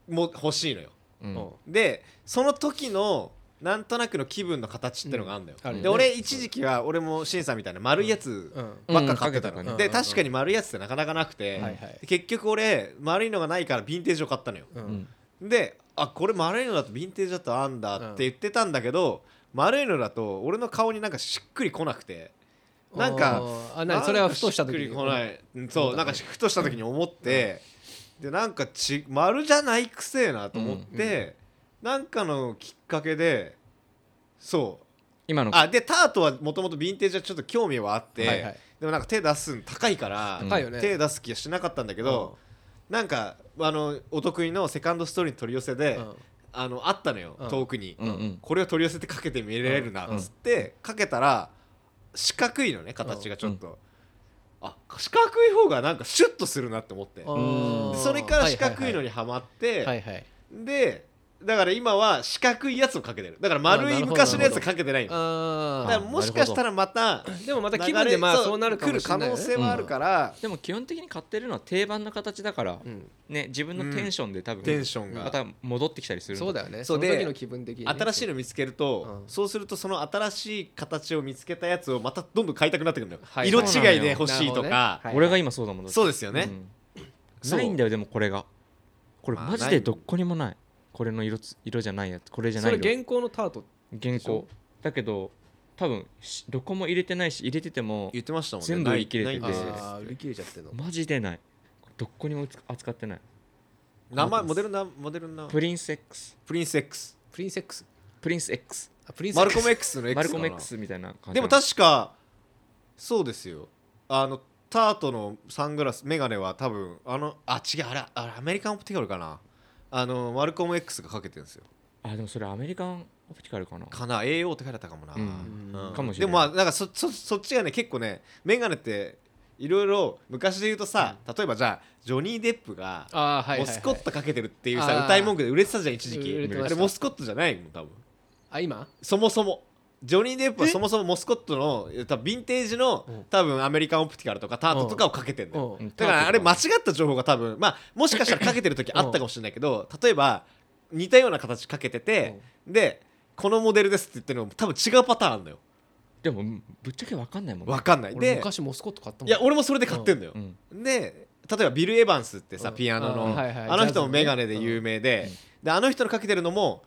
も欲しいのようんうんでその時のなんとなくの気分の形ってのがあるんだよ、うんあるよねで俺一時期は俺もシンさんみたいな丸いやつうんばっか買ってたの、うんうんうでん確かに丸いやつってなかなかなくて、はいはいで結局俺丸いのがないからヴィンテージを買ったのよううんんであこれ丸いのだとヴィンテージだとあんだって言ってたんだけど、丸いのだと俺の顔になんかしっくりこなくてなんかあーあなそれはふとした時ににっくりこないうんそ思うったのなんかふとした時に思って、でなんかち丸じゃないくせえなと思って、なんかのきっかけでそう今のあでタートはもともとヴィンテージはちょっと興味はあって、はいはいでもなんか手出すの高いから、うん高いよね手出す気はしなかったんだけど、なんかあのお得意のセカンドストーリーの取り寄せで、うんあのあったのよ、うん遠くに、うんうんこれを取り寄せてかけて見れるなっつって、かけたら四角いのね形がちょっと、あ四角い方がなんかシュッとするなって思って、あーそれから四角いのにはまって、はいはいはいでだから今は四角いやつをかけてるだからあ丸ないるほど昔のやつかけてないのだからあもしかしたらまたーでもまた気流分れでまあそうなるかもしれないよ来るね可能性はあるから、でも基本的に買ってるのは定番の形だから、うんね自分のテンションで多分、テンションがまた戻ってきたりするそうだだよねそそうので時の気分的にね新しいの見つけると、うんそうするとその新しい形を見つけたやつをまたどんどん買いたくなってくるのよ、はい色違いで欲しいなるほどとか、ねはい俺が今そうだもんそうですよね、うんないんだよでもこれがこれまあマジでどっこにもないこれの色つ色じゃないやつこれじゃなそいれ色現行のタート原しょ稿だけど多分しどこも入れてないし入れてても言ってましたもんね全部ない売り切れててないんですあ売り切れちゃってるのマジでないどっこにも扱ってない名前モデルなモデルなプリンス X プリンス X プリンセックスプリンス X あプリンスマルコム X の X かなマルコム X みたいな感じでも確かそうですよあのタートのサングラスメガネは多分あのあ違うあれあれアメリカンオプティカルかなあのマルコム X がかけてるんですよあでもそれアメリカンオプティカルかなかな AO って書いてあったかもな、うんうんかもしれでないもまあなんかそそそっちがね結構ねメガネっていろいろ昔で言うとさ、例えばじゃあジョニー・デップがあーはいはい、モはい、スコットかけてるっていうさ、あー歌い文句で売れてたじゃん一時売れ期てまあしたれモスコットじゃないもん多分あ今そもそもジョニー・デップはそもそもモスコットの多分ヴィンテージのうん多分アメリカンオプティカルとかタートとかをかけてんだようんだからあれ間違った情報が多分まあもしかしたらかけてる時あったかもしれないけど例えば似たような形かけててでこのモデルですって言ってるのも多分違うパターンあんだよでもぶっちゃけわかんないもんわかんない俺で昔モスコット買ったもんいや俺もそれで買ってんだようんで例えばビル・エヴァンスってさうんピアノうんのはいはいあの人もジャズのねメガネで有名でうんであの人のかけてるのも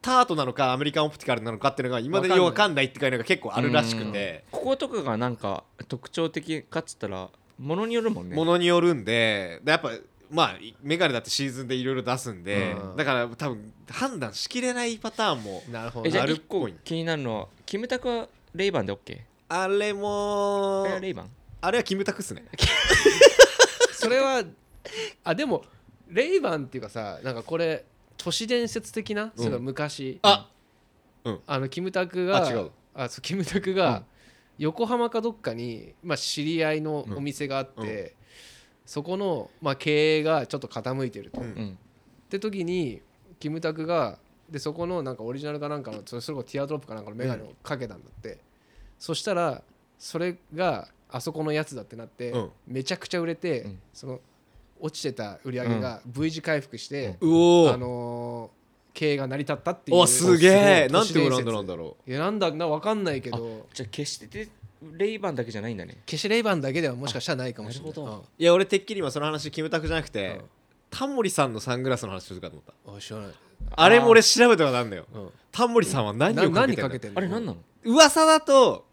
タートなのかアメリカンオプティカルなのかっていうのがいまだに分かんないっていうのが結構あるらしくてこことかがなんか特徴的かっつったらものによるもんねものによるんででやっぱまあいメガネだってシーズンでいろいろ出すんで、うんだから多分判断しきれないパターンもなるほどえじゃあある一個っぽい気になるのはキムタクはレイバンで OK あれもえレイバンあれはキムタクっすねそれはあでもレイバンっていうかさなんかこれ都市伝説的な、それは昔ああのキムタクがあ違うあそうキムタクが横浜かどっかに、まあ、知り合いのお店があって、うんうそこの、まあ、経営がちょっと傾いてると、うんうんって時にキムタクがでそこのなんかオリジナルかなんかのそれそれこそティアドロップかなんかのメガネをかけたんだって、そしたらそれがあそこのやつだってなって、うんめちゃくちゃ売れて、うんその落ちてた売り上げが V 字回復して、うおあのー経営が成り立ったっていうおすげえごいなんてブランドなんだろいやなんだな分かんないけあどじゃあ決してでレイバンだけじゃないんだね消しレイバンだけではもしかしたらないかもしれないあなるほどういや俺てっきり今その話キムタクじゃなくて、うんタモリさんのサングラスの話するかと思ったうんあ知らない、あれも俺調べたことあるんだようんタモリさんは何なを何かけかてんだけてんのあれ何なの噂だと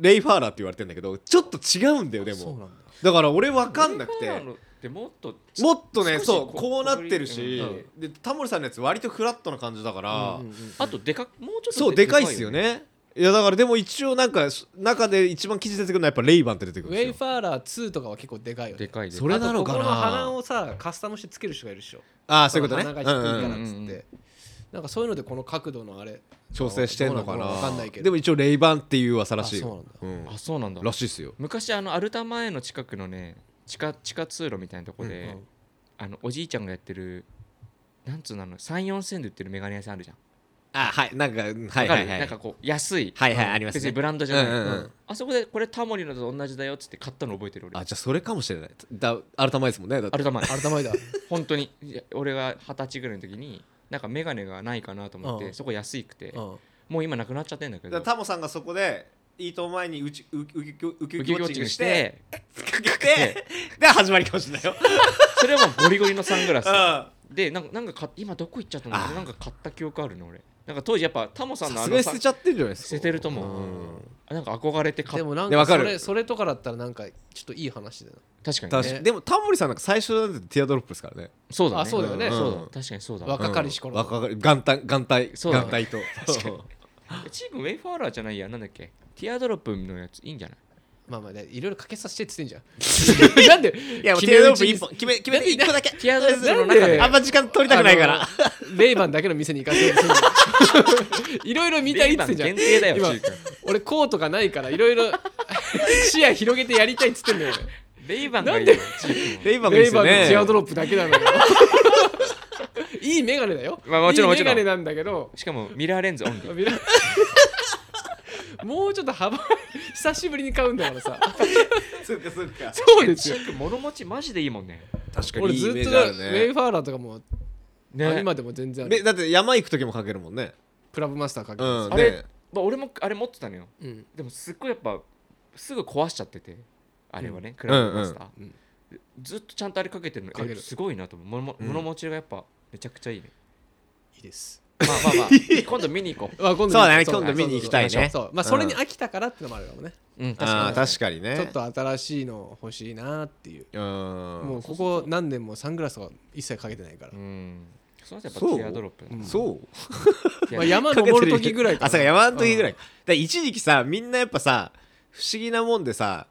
レイファーラーって言われてんだけどちょっと違うんだよでそうなんもだだから俺分かんなくてレイバンのでもっともっとね少しそうここうなってるし、うでタモリさんのやつ割とフラットな感じだから、うんうんうんあとでかもうちょっとそうでかいっすよねいやだからでも一応なんかそ中で一番記事出てくるのはやっぱレイバンって出てくるんウですェよイファーラー2とかは結構でかいよねでかいでかいそれなのかなあとここの鼻をさカスタムしてつける人がいるでしょああそういうことね鼻が低いかうんうらんっつって、うんうんうんなんかそういうのでこの角度のあれ調整してんのかどうななのかわかんないけどでも一応レイバンっていう噂らしあいそうなんだうんあそうなんだらしいっすよ昔あのアルタ前の近くのね地下地下通路みたいなとこで、うんうんあのおじいちゃんがやってるなんつうのあの34,000で売ってるメガネ屋さんあるじゃんあはいなんかうんはわいかはる、いはいなんかこう安い、はいはいありますね別にブランドじゃない、うんうんうんあそこでこれタモリのと同じだよっつって買ったの覚えてる俺あじゃあそれかもしれないだ改めですもんねだってアルタ *laughs* 前あれたまえだ本当にいや俺が二十歳ぐらいの時になんかメガネがないかなと思って、うんそこ安いくて、うんもう今なくなっちゃってんだけだからどタモさんがそこでいいと思う前にうちうきうきうきウキウキウキウキウウォッォッチングチングししててかけ *laughs* てで始まりかもしれないよそれはもうゴリゴリのサングラスうんでなんかなんか買っ今どこ行っちゃったのあーなんか買った記憶あるの俺なんか当時やっぱタモさんのさあすがのにさ捨てちゃってるんじゃないですか捨ててると思う、あなんか憧れて買でっもなんでかわそかるれそれとかだったらなんかちょっといい話だよ確かにね確かにでもタモリさんなんか最初なんてティアドロップですからねそうだねあそうだよねんそそううだ確かにそうだ若かりし頃うん若かり元旦元旦そうだ元旦と確かにチームウェイファーラーじゃないやなんだっけティアドロップのやついいんじゃないまあまあねいろいろかけさせてっつってんじゃ *laughs* んなんでいやもう決めティアド打ロッちプに一本決め決めて一個だけティアドロップのなん中でであんま時間取りたくないからあのレイバンだけの店に行かせるいろいろ見たいっつってんじゃんレイバン限定だよ今チー君俺コートがないからいろいろ視野広げてやりたいっつってんだよ俺レイバンがいいよチー君レイバンがいいレイですよバンのチアドねロップだけ *laughs* なのよ。いいメガネだよ。まあもちろんいいメガネもちろんなんだけど、しかもミラーレンズオ *laughs* ンリーみんなもうちょっと幅、久しぶりに買うんだからさ。そうかそうかそうですチよ。ー君物持ちマジでいいもんね確か俺にいいずイっとウメージあるェイねファーラーとかも、あね今でも全然あでる。だって山行く時もかけるもんねクラブマスターかけてうんまあねれまあ俺もあれ持ってたのよすうん。でもすっごいやっぱすぐ壊しちゃっててあれはね、クうんラブマスター、うんうんずっとちゃんとあれかけてるのかけるえすごいなと思う物,、うん物持ちがやっぱめちゃくちゃい *laughs* いねいいです。まあまあまあ今度見に行こまあ今そうだねそう今度見に行きたいねそうそうまあそれに飽きたからってのもあるかもね。う、うん、確かあにー確かにねちょっと新しいの欲しいなっていう。うんもうここ何年もサングラスは一切かけてないからう。んその後やっそぱうティアドロップだねそうティまアあ、ドロ山ッ登る時ぐらいあそうか山の時ぐらい、だから一時期さみんなやっぱさ不思議なもんでさ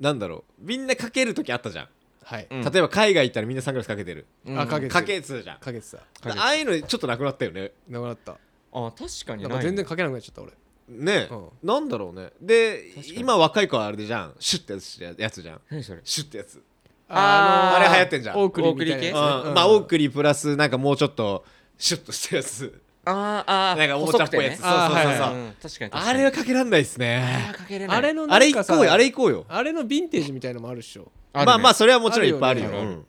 なんだろうみんなかける時あったじゃん、はい、うん例えば海外行ったらみんなサングラスかけてる、プうんあかけてかけてたじゃんかけてたかけてああいうのちょっとなくなったよねなくなったあ確かになんなかい全然かけなくなっちゃった俺ねえ、うなんだろうねで確かに今若い子はあれでじゃんシュッてやつやつじゃん何それシュッてやつ、あーあれ流行ってんじゃんオークリーみたいなやつねうんまあオークリープラスなんかもうちょっとシュッとしたや *laughs* つあーあーなんかおもちゃっぽいやつ、細くてそねうそあうそうそうはうん確かに確かにあれはかけらんないですねあーかけれないあれのあなれんか行さこうよあれ行こうよあれのヴィンテージみたいのもあるっしょまあまあそれはもちろんいっぱいあるよあるよねうん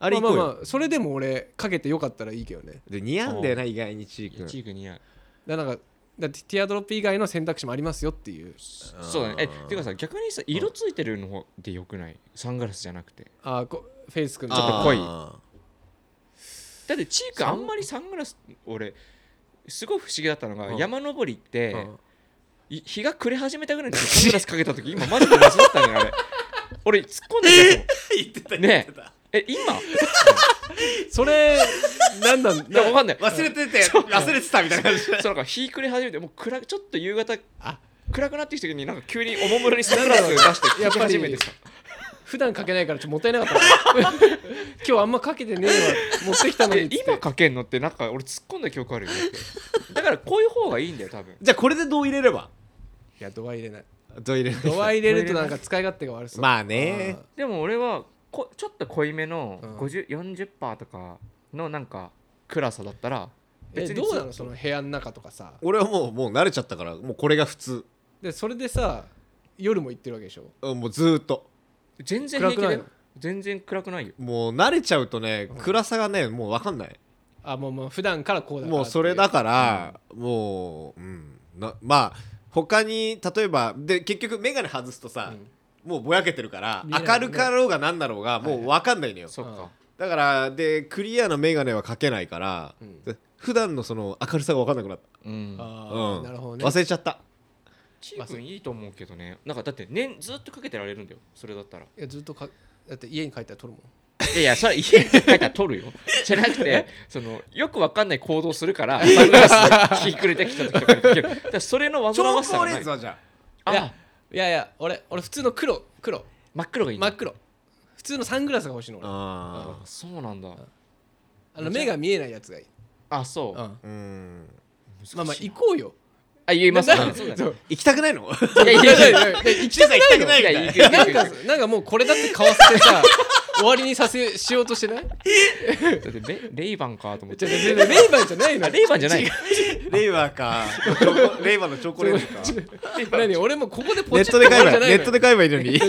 あれ行まあこうまよ、あまあそれでも俺かけてよかったらいいけどねで似合うんだよな意外にチー君チーク似合うだからなんかだってティアドロップ以外の選択肢もありますよっていうそうだねえてかさ逆にさ色ついてるの方でよくないサングラスじゃなくてあーこフェイス君あーちょっと濃いあだってチークあんまりサングラス俺すごい不思議だったのが、山登りって、うんい日が暮れ始めたぐらいに *laughs* サングラスかけた時今マジで忘れてたねあれ俺突っ込んでたー言ってた言っねてたええ今それなん *laughs* なんいやわかんない忘れてて忘れてたみたいな感じそうなんか日暮れ始めてもう暗ちょっと夕方あ暗くなってきた時になんか急におもむろにサングラスを出してやかっけぱり始めてさ普段かけないからちょっともったいなかった *laughs* な今日あんまかけてねえわ持ってきたのにっえつって今かけんのってなんか俺突っ込んだ記憶あるよねだからこういう方がいいんだよ多分 *laughs* じゃあこれでどう入れればいや度合い入れないどう入れる度合い入れるとなんか使い勝手が悪そうまあねでも俺はこちょっと濃いめのうん50 40%とかのなんか暗さだったらうんえ別にどうなのずそっとの部屋の中とかさ俺はもうもう慣れちゃったからもうこれが普通でそれでさ夜も行ってるわけでしょうんもうずーっと全然平気だ暗くよない全然暗くないよもう慣れちゃうとね暗さがねもう分かんないあもうもう普段からこうだからもうそれだからもううんなまあ他に例えばで結局眼鏡外すとさもうぼやけてるから見えない明るかろうが何だろうがもう分かんないのよそっかだからでクリアな眼鏡はかけないから、んで普段のその明るさが分かんなくなっうんた、あうあん、なるほどね忘れちゃったチー君いいと思うけどねなんかだって年ずっとかけてられるんだよそれだったらいやずっとかだって家に帰ったら撮るもんいやいやそれ家 *laughs* に帰ったら取るよじゃなくてそのよくわかんない行動するから *laughs* サングラス日暮れてきた時とかにかけるだからそれの煩わしさがないはじゃいやあいやいや俺俺普通の黒黒真っ黒がいいん真だっ黒普通のサングラスが欲しいの俺ああそうなんだあの目が見えないやつがいい、あそううんまーうんあまあ行こうよあ言いますな *laughs* そうだねそう行きたくないのいやいやいやいや行きたくない行きたくないみたいなやなんいやいかなんかもうこれだって買わせて *laughs* さ終わりにさせしようとしてないやだってレレイバンかと思っじてゃレイバンじゃないのあレイバンじゃないレイバーかチョコレイバーのチョコレートか何俺もうここでポネチッッとト買で買えうんじゃばないのネットで買えばいいのに *laughs*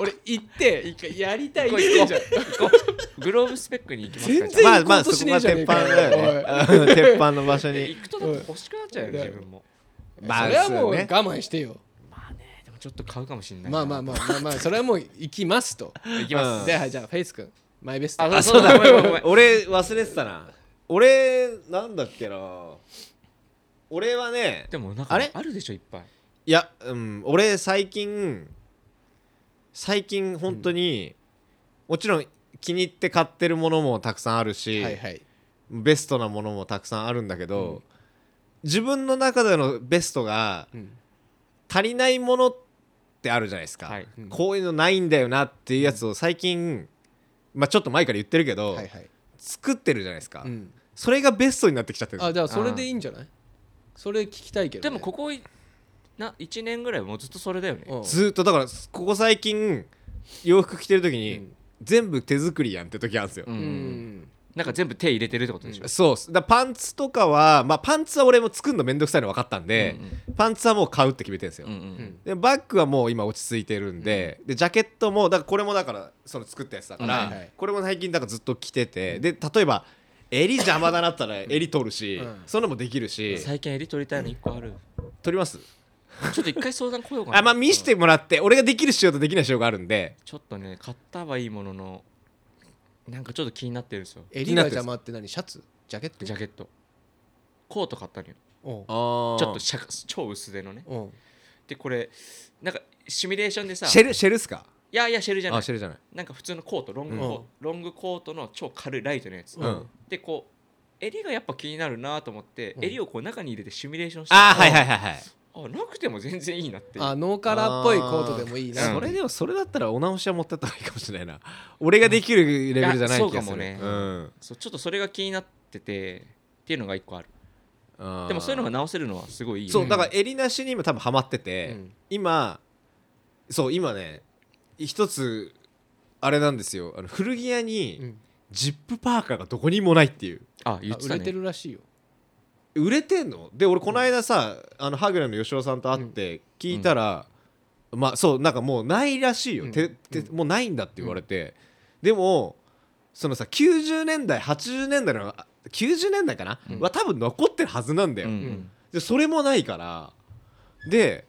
俺行って一回やりたい行っこてう言ってんじゃん行こうグローブスペックに行きますか全じゃ然まあ行まこあうとそしこねえがじゃね鉄え板かだよね *laughs* 鉄板の場所あに行くとだって欲しくなっちゃうよね自分もまあそれはもうそう我ね慢してよえでもちょっと買うかもしれないまあまあまあまあまあそれはもう行きますとあ行きまうんではいじゃあフェイス君マイベスすトあそうだごめんごめんごめん俺忘れてたな俺なんだっけな俺はねでもなんかあれあるでしょいっぱいいや、うん、俺最近最近本当に、もちろん気に入って買ってるものもたくさんあるし、はいはいベストなものもたくさんあるんだけど、自分の中でのベストがうん足りないものってあるじゃないですか、はいうんこういうのないんだよなっていうやつを最近、まあ、ちょっと前から言ってるけど、はいはい作ってるじゃないですか、うんそれがベストになってきちゃってるあじゃあそれでいいんじゃないそれ聞きたいけどでねもここいな1年ぐらいもうずっとそれだよねうんずーっとだからここ最近洋服着てる時に、うん全部手作りやんって時あるんですよ、うんうんなんか全部手入れてるってことでしょそうっすだからパンツとかは、まあ、パンツは俺も作るのめんどくさいの分かったんで、パンツはもう買うって決めてるんですよ、うんうんうんでバッグはもう今落ち着いてるんで,、でジャケットもだからこれもだからその作ったやつだから、はいはいこれも最近だからずっと着てて、で例えば襟邪魔だなったら襟取るし、うんそんなのもできるし、最近襟取りたいの1個ある取りますちょっと一回相談来ようかなあまあ見してもらって俺ができる仕様とできない仕様があるんでちょっとね買ったはいいもののなんかちょっと気になってるんですよ襟が邪魔って何シャツジャケットジャケットコート買ったのよおうちちょょっとしゃ超薄手のねおうでこれなんかシミュレーションでさシェルシェルっすかいやいやシェルじゃなあい知るじゃないなんか普通のコートロングコーうんト、ロングコートの超軽いライトのやつ、うんでこう襟がやっぱ気になるなと思って、うん襟をこう中に入れてシミュレーションしてあーはいはいはいはいあなくても全然いいなっていうあノーカラーっぽいコートでもいいなあーそれでもそれだったらお直しは持ってった方がいいかもしれないな俺ができるレベルじゃないやい気がするそうかもねんそうちょっとそれが気になっててっていうのが一個あるあーでもそういうのが直せるのはすごいいいよねそうだから襟なしにも多分ハマってて、うん今そう今ね一つあれなんですよあの古着屋うにんジップパーカーがどこにもないっていうあ言あって売たれてねるらしいよ売れてんので俺この間さ、あのハグレの吉尾さんと会って聞いたら、まあそうなんかもうないらしいよ、うんててもうないんだって言われて、でもそのさ90年代80年代のあ90年代かな、うんは多分残ってるはずなんだうよ、んでそれもないからで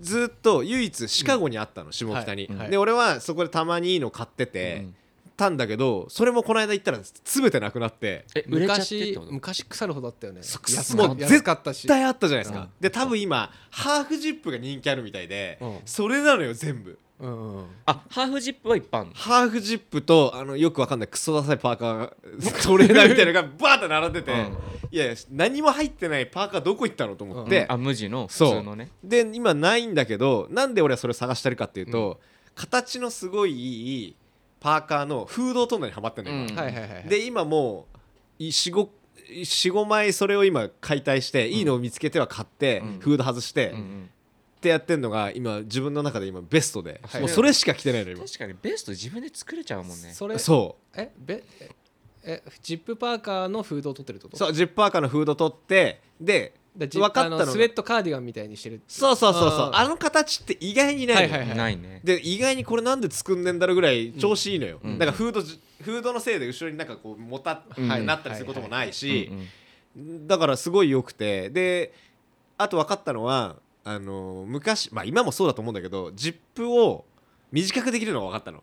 ずっと唯一シカゴにあったの、下北に、はいはいで俺はそこでたまにいいの買ってて、たんだけどそれもこの間行ったら詰めてなくなってえ売れちゃってって昔こと昔腐るほどあったよねそ安もかう安かったし絶対あったじゃないですか、うんで多分今ハーフジップが人気あるみたいで、うんそれなのよ全部うんうんあハーフジップは一般ハーフジップとあのよくわかんないクソダサいパーカートレーナーみたいなのがバーッと並んでて、うんいやいや何も入ってないパーカーどこ行ったのと思って、あ無地の普そう通のねで今ないんだけどなんで俺はそれを探してるかっていうと、形のすごいいいパーカーのフードトンネルにはまってんの今、うんはいはいはいはいで今もう45枚それを今解体して、いいのを見つけては買って、うんフード外して、うんっうんてやってんのが今自分の中で今ベストで、はいもうそれしか着てないの今確かにベスト自分で作れちゃうもんねそれそえべええジップパーカーのフードを取ってるってこうとそうジッパーカーのフード取ってでだ分ジッかったあののがスウェットカーディガンみたいにしてるそうそうそうそうあーあの形って意外にないのよ、はいはいはいないねで意外にこれなんで作んねんだろうぐらい調子いいのよ、うんだからフードじフードのせいで後ろになんかこうもたってはいなったりすることもないしうんうんだからすごい良くてであと分かったのはあの昔まあ今もそうだと思うんだけどジップを短くできるのが分かったの、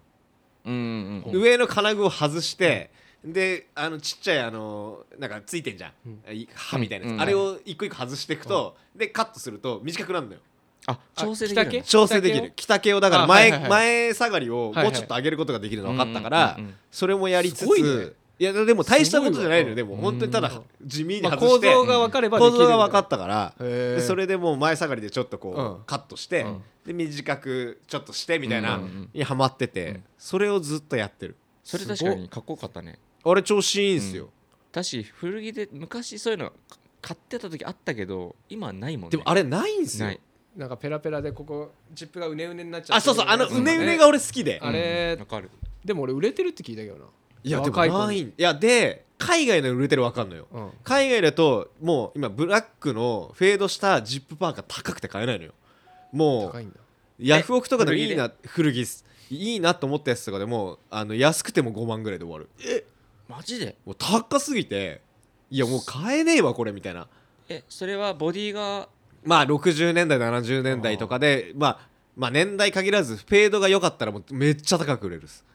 うんうんうん上の金具を外して、であのちっちゃいあのなんかついてんじゃん、い歯みたいなやつ、うんうんあれを一個一個外していくと、でカットすると短くなるのよあ調整できるんだ着丈調整できる着丈をだからあは前,、いはいはい前下がりをもうちょっと上げることができるの分かったから、うんうんうんうんそれもやりつすつごいねいやでも大したことじゃないのよすでも本当にただうん地味にまあ外構して、造が分かればで構きる造が分かったからへーでそれでもう前下がりでちょっとこう、うんカットして、うんで短くちょっとしてみたいな、うんうんうんにハマってて、それをずっとやってるそれ確かにかっこよかったねあれ調子いいんすよ、だし古着で昔そういうの買ってた時あったけど今はないもんねでもあれないんすよないなんかペラペラでここジップがうねうねになっちゃってあそうそうあのみたういなねやつとうかねが俺好きで、あれうんわかるでも俺売れてるって聞いたけどないやでも若い子ないにんいやで海外の売れてる分かんのよ、うん海外だともう今ブラックのフェードしたジップパーカー高くて買えないのよも高ういんだヤフオクとかでもいいな古着っすいいなと思ったやつとかでもあの安くても5万ぐらいで終わるマジでもう高すぎていやもう買えねえわこれみたいなえそれはボディがまあ60年代70年代とかでまあまあ年代限らずフェードが良かったらもうめっちゃ高く売れるっす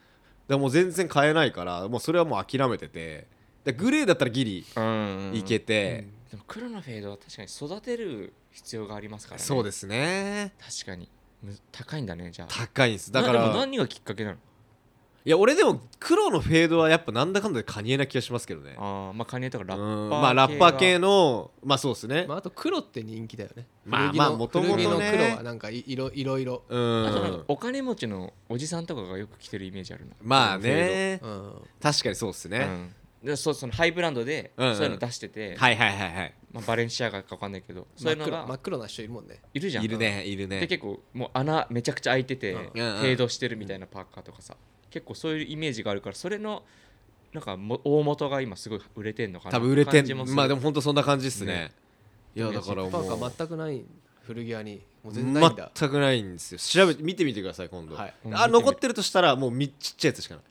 だからもう全然買えないからもうそれはもう諦めててでグレーだったらギリうんいけて、でも黒のフェードは確かに育てる必要がありますからねそうですすね確かにむ高いんだねじゃあ高いんですだかなでもら何がきっかけなのいや俺でも黒のフェードはやっぱなんだかんだでカニエな気がしますけどねああまあカニエとかラッパうーん系まあラッパー系ののまあそうですね、まあ、あと黒って人気だよねまあ古着のまあ元々ね古着の黒はなんかいいろいろいろ、うあとなんかんお金持ちのおじさんとかがよく着てるイメージあるなまあ黒のフェーねうん、確かにそうですドね、うんでそうそのハイブランドでうそんううんいうの出してて、はいはいはいはいまあ、バレンシアガかわかんないけどそ真ういっうの黒真がっ黒な人いるもんねいるじゃんいるねいるねで結構もう穴めちゃくちゃ開いてて、うんうんうんフェードしてるみたいなパーカーとかさ結構そういうイメージがあるからそれのなんかも大元が今すごい売れてんのかな多分売れて感じもすんるまあでも本当そんな感じですねいやねだからパもーカうー全くない古着屋にもう全然ないんだ、全くないんですよ調べて見てみてください今度、はいうんあ残ってるとしたらもうみちっちゃいやつしかない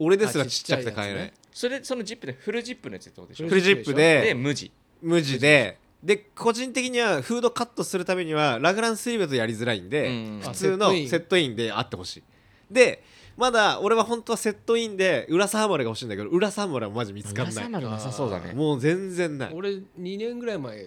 俺ですらあちっちゃくて買えない、ちっそれそのジップでフルジップのやつってことでしょフフルジップでで無地無地でで個人的にはフードカットするためにはラグランスリーブだとやりづらいんで、うん普通のあセセットインットインであってほしいでまだ俺は本当はセットインで裏サーマルが欲しいんだけど裏サーマルはマジ見つかんなサいマルなさそうだねもう全然ない *laughs* 俺2年ぐらい前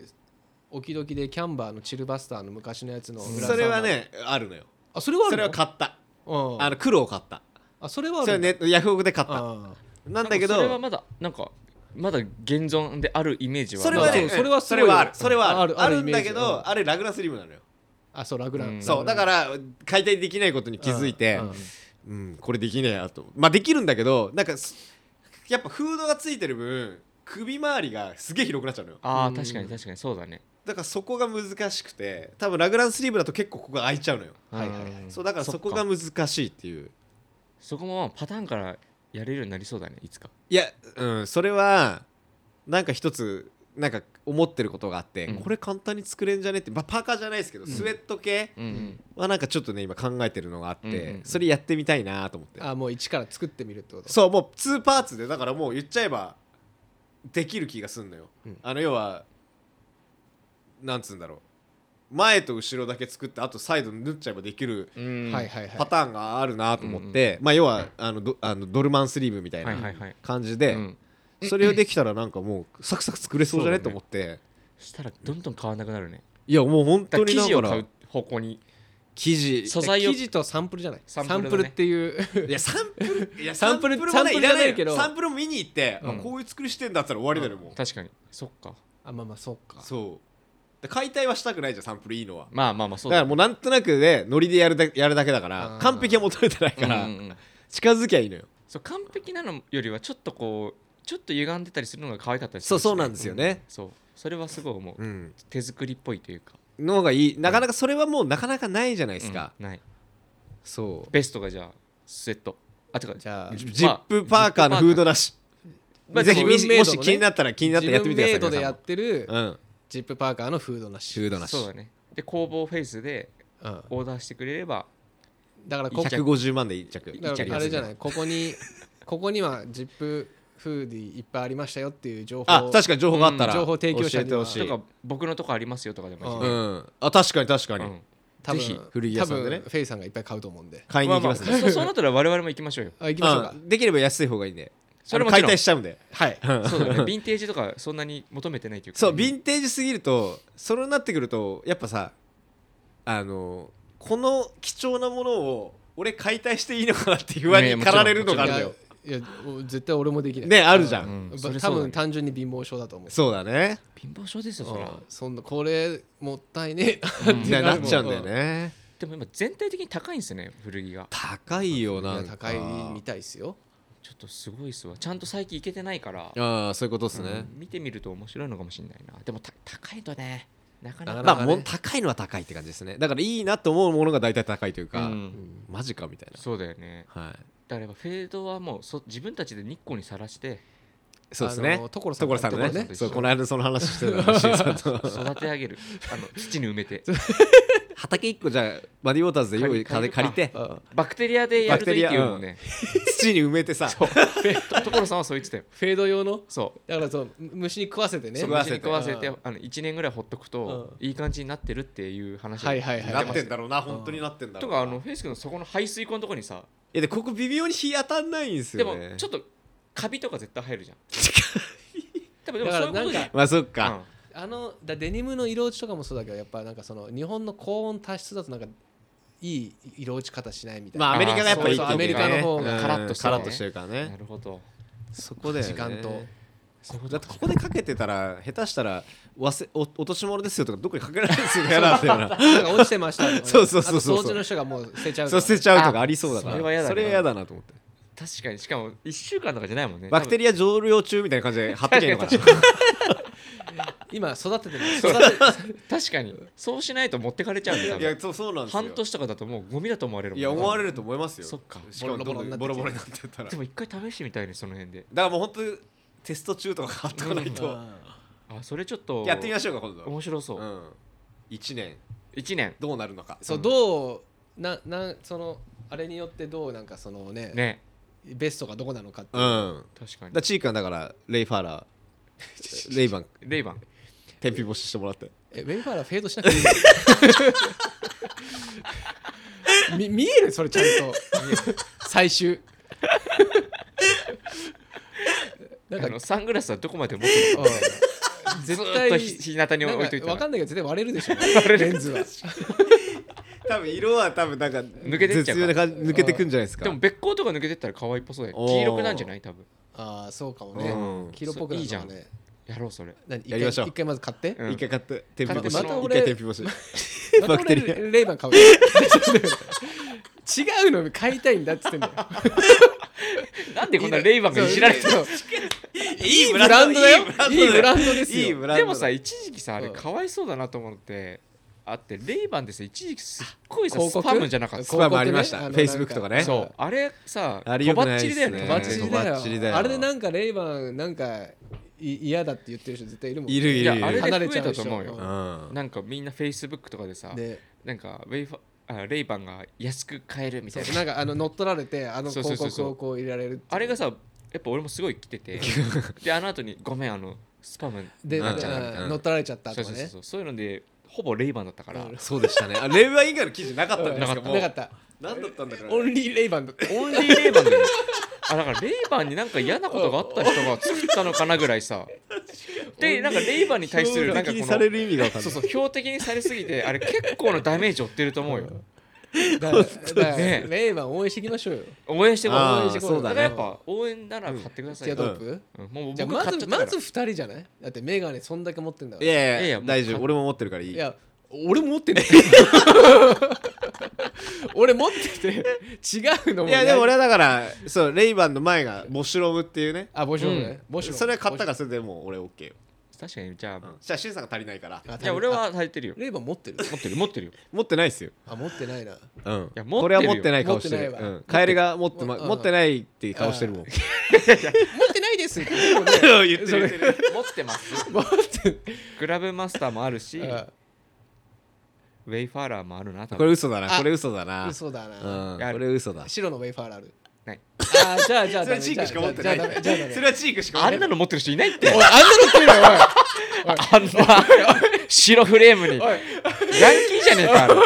時々でキャンバーのチルバスターの昔のやつの裏それはねあるのよあそれはあそるれのは買ったうんあの黒を買ったあそれはあそれるネットヤフオクで買ったあなんだけどそれはまだなんかまだ現存であるイメージはそれはまあそねうそれはうんすそごいれはあるうんそれはああるるああるるんだけどあれラグラスリムなのよあそうラグラン、うんそうだから解体できないことに気づいてうんうんうんこれできねえやとまあできるんだけどなんかすやっぱフードがついてる分首周りがすげえ広くなっちゃうのよああうん確かに確かにそうだねだからそこが難しくて多分ラグランスリーブだと結構ここが開いちゃうのよはいはいはいんそうだからそこっが難しいっていうそこもまあパターンからやれるようになりそうだねいつかいやうんそれはなんか一つなんか思ってることがあって、うんこれ簡単に作れんじゃねって、まあ、パーカーじゃないですけど、スウェット系うんうんはなんかちょっとね今考えてるのがあって、うんうんうんそれやってみたいなと思ってあもう一から作ってみるってことそうもう2パーツでだからもう言っちゃえばできる気がすんのよ、うんあの要はなんつうんだろう前と後ろだけ作ってあとサイド縫っちゃえばできるうんはいはいはいパターンがあるなと思って、まあ要はあのドあのドルマンスリーブみたいはないはいはい感じで、うんそれをできたらなんかもうサクサク作れそうじゃねそうとだね思ってしたらどんどん買わなくなるねいやもう本だ当からに生だ地をか買らう方向に生地素材を生地とサンプルじゃないササンンプルプだねルっていう *laughs* いやサンプルいやサンプルもねサンプルいらじゃないけどサンプルも見に行って、うんあこういう作りしてんだったら終わりだよもう、確かにそっかあまあまあそうかそうで解体はしたくないじゃんサンプルいいのはまあまあまあそだうからねもうなんとなくでノリでやるだやるだけだかあーら完璧は求めてないからうんうんうん近づきゃいいのよそう完璧なのよりはちょっとこうちょっと歪んでたりするのが可愛かったりすそるうしそうなんですよねそうそれはすごい思ううん手作りっぽいというかの方がいいなかなかそれはもうなかなかないじゃないですかうんないそうベストがじゃあスウェットあてかじゃあジジップパーカーのフードなしまあぜひ自分メイもドのねし気になったら気になったらやってみて自分メイドくださでいやってる皆さんもうんジップパーカーのフードなし、フードなしそうだねで工房フェイスでうん、オーダーしてくれればだからこ150万で1着だか一着らあれじゃないここにここにはジップフーディいっぱいありましたよっていう情報あ確かに情報があったらうん情報提供者教えにてはほしといか僕のとこありますよとかでもいいしううんあ確かに確かうにん多分ぜひ古着屋さんでね多分フェイさんがいっぱい買うと思うんで買いにま行あきまあますそねうそうなったら我々も行きまし *laughs* ょうよあ行きましょうかうんできれば安い方がいいんでそれあのもちろん解体しちゃうんではいそうだねヴィンテージとかそんなに求めてないというかそうヴィンテージすぎるとそれになってくるとやっぱさあのこの貴重なものを俺解体していいのかなって不安いやもにちろ駆んられるのがあるんいだやよいや絶対俺もできないねあるじゃん、うんそ多れ分そうだね単純に貧乏症だと思うそうだね貧乏症ですよそれうんそんなこれもったいねえうんっていやるなもっちゃうんだよねでも今全体的に高いんですね古着が高いよいやなんか高いみたいですよちょっとすごいっすわちゃんと最近行けてないからああそういうことですね、見てみると面白いのかもしれないなでもた高いとねなかなかなかなまあかねもう高いのは高いって感じですねだからいいなと思うものが大体高いというか、うんマジかみたいそうだよねなはいだからやっぱフェードはもうそ自分たちで日光にさらしてそうですねあの所さん所さん所ねさんと一緒そうこの間その話してたらしいさ *laughs* んと育て上げるあの土に埋めて *laughs* 畑一個じゃあバディウォーターズで用意借借り借り借りりるてうんバクテリアでやるといいっていうもんね、土に埋めてさそう *laughs* と所さんはそう言ってたよフェード用のそうだからそう虫に食わせてねそう食わ虫せてに食わせてうんあの1年ぐらいほっとくと、いい感じになってるっていう話をはいはいはいなってんだだろうな本当になってんだろとうかなあのフェイス君のそこの排水溝のとこにさいやでここ微妙に日当たんないんですでよもねちょっとカビとか絶対入る *laughs* じゃん多分でもだかそうらいうことじゃんなんまあそっか、あのだデニムの色落ちとかもそうだけどやっぱなんかその日本の高温多湿だとなんかいい色落ち方しないみたいまあな、アメリカがやっぱいいそうそうアメリカの方がうんカラッとしてカるねラッとしてるからうんなねるほどそこで時間とだってここでかけてたら下手したら忘れお落とし物ですよとかどっかにかけられるすよ嫌なんだ *laughs* よななんか落ちてましたとかねそうそうそうそうあと掃除の人がもう捨てちゃうそうと捨かてちゃうとかありそうだからあそれは嫌だなそれは嫌だなと思って確かにしかも1週間とかじゃないもんねバクテリリア常用中みたいな感じで貼ってきゃいいのかな今育ててます確かにそうしないと持ってかれちゃうんだよ多い分やそうそうなんですよ半年とかだともうゴミだと思われるもんいねや思われると思いますよそっかしかもどんどんボボロロボボロロにになってったらでも一回試してみたいねその辺でだからもう本当にテスト中とか買っとかないと、あそれちょっとやってみましょうか今度面白そううん1年1年どうなるのかそううんどうななんそのあれによってどうなんかそのねねベストがどこなのかってういう、ん確かにだチークはだからレイ・ファーラーレイバンレイバン天日干ししてもらってえウェイファーラーフェードしなくていいの *laughs* み見えるそれちゃんと最終なんかあのサングラスはどこまで持ってるのかうん絶対ずーっとひ日向に置いといなんかたらわかんないけど絶対割れるでしょレンズは多分色は多分なんか抜けてっちゃう絶妙な感じ抜けてくんじゃないですかでも別光とか抜けてったら可愛いっぽそうだよおー黄色くなんじゃない多分ああそうかもうねん黄色っぽくなるかもそういねやろうそれ何一やりましょ回う一回まず買ってうん一回買って天日干し買ってまた一俺回天日干しま *laughs* バたクテ俺リアレイバン買うよ *laughs* 違うの買いたいんだっつってんだよなん *laughs* でこんなレイバンがいじられてるそういいブブランランドドだよいいいいブブラランドですいいよブランドでもさ一時期さあれうんかわいそうだなと思ってあってレイバンでさ一時期すっごいさ広ス告パムじゃなかっス広た告パムありましたね Facebook とかねそうあれさあれと良くばなっいちっりすだよねねバッチリだとばっちりだよよあれでなんかレイバンなんかい嫌だって言ってる人絶対いるもんねいるいいるやいるあれ離れでち増ゃえうでたしょと思うようんなんかみんなフェイスブックとかでさでなんかウェイファあレイバンが安く買えるみたいななんかあの乗っ取られてあのそうそう広そ告うそうをこう入れられるっていうあれがさやっぱ俺もすごい来て *laughs* てであの後にごめんあのスパムでうんなんかうん乗っ取られちゃったそとうそかうそうねそうそういうのでほぼレイバンだったからうんそうでしたねあレイバン以外の記事なかったんじゃないですかもうなかった何だったんだからオンリーレイバンだったオンリーレイバンだよあだからレイバンになんか嫌なことがあった人が作ったのかなぐらいさでなんかレイバンに対するなんかこの標的にされる意味が分かんそうないそう標的にされすぎてあれ結構なダメージ負ってると思うよだ *laughs* からだからねレイバン応援していきましょうよ応援してもあー応援してもそうだねからやっぱ応援なら買ってくださいチアよドロップうんもうじゃあ僕ま買ずっちゃったかまらず2人じゃないだってメガネそんだけ持ってんだかいらいいややいいやや大丈夫俺も持ってるからいいや俺持 *laughs* ってない俺持ってて違うのもいやでも俺ははだからそうレイバンの前がボシュロムっていうねあボシュロムねボシュロムそれは買ったからそれでもう俺 OK よ確かにじゃあ、じゃあシュンさんが足りないからあじゃあ俺は足りてるよレイバン持ってる持ってる持ってるよ持ってないっすよあ持ってないなうんいや持ってるよこれは持ってない顔してる持ってないわうんカエルが持ってまうん持ってないって顔してるもん言持ってないですって言うもん *laughs* ねってる言ってる持ってます持ってグラブマスターもあるしウあェイファーラーもあるな多これ分嘘だなあこれ嘘だなうん嘘だなこやるれ嘘だ白のウェイファーラーあるないあーじゃあじゃあそれはチークしか持ってなじゃあいじゃあじゃあそれはチークしか持あってんなないの持ってる人いないっておいあんなのってるよ *laughs* あんな白フレームにヤンキーじゃねえかあれおい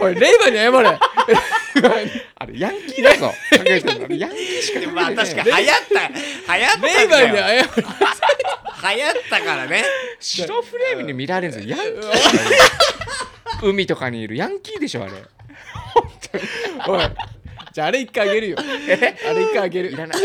おいレイバンに *laughs* 謝れあれヤンキーだぞかけてるのあれヤンキーしかでもかまあけて確かねに流行った流行ったレイんだバンによ謝れ流行ったから *laughs* ね白フレームに見られるんですよヤンキーだよ海とかにいるヤンキーでしょあれおいじゃああれ一回あげるよあれ一回あげるいらない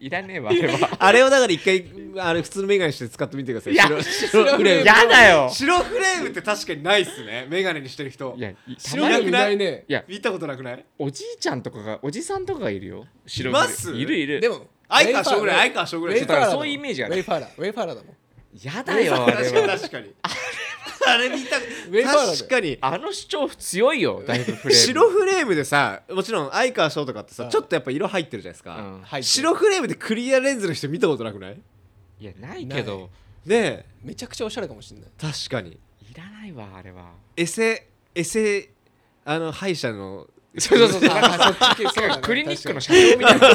いらねえわあれはあれをだから一回あれ普通のメガネして使ってみてくださいいや白白フレームやだよ白フレームって確かにないっすねメガネにしてる人いやいた白まいにのいないねいや見たことなくないおじいちゃんとかがおじさんとかがいるよ白いフレームますいるいるでも相川翔ぐらいウェイ相川翔フぐァーらいラーちょウェっとそういうイメージあウるやファーラーウェイファーラーだもんやだよあれ確かには確かにあれ見たェイファーラーだよ確かにあの主張強いよだいぶフレーム白フレームでさもちろん相川翔とかってうさんちょっとやっぱ色入ってるじゃないですか、う入んってる白フレームでクリアレンズの人見たことなくないねいやないけどえめちゃくちゃおしゃれかもしれない確かにいらないわあれはエセエセあの歯医者のそうそうそうそうあそっち系そうだねクリニックの社長みたいな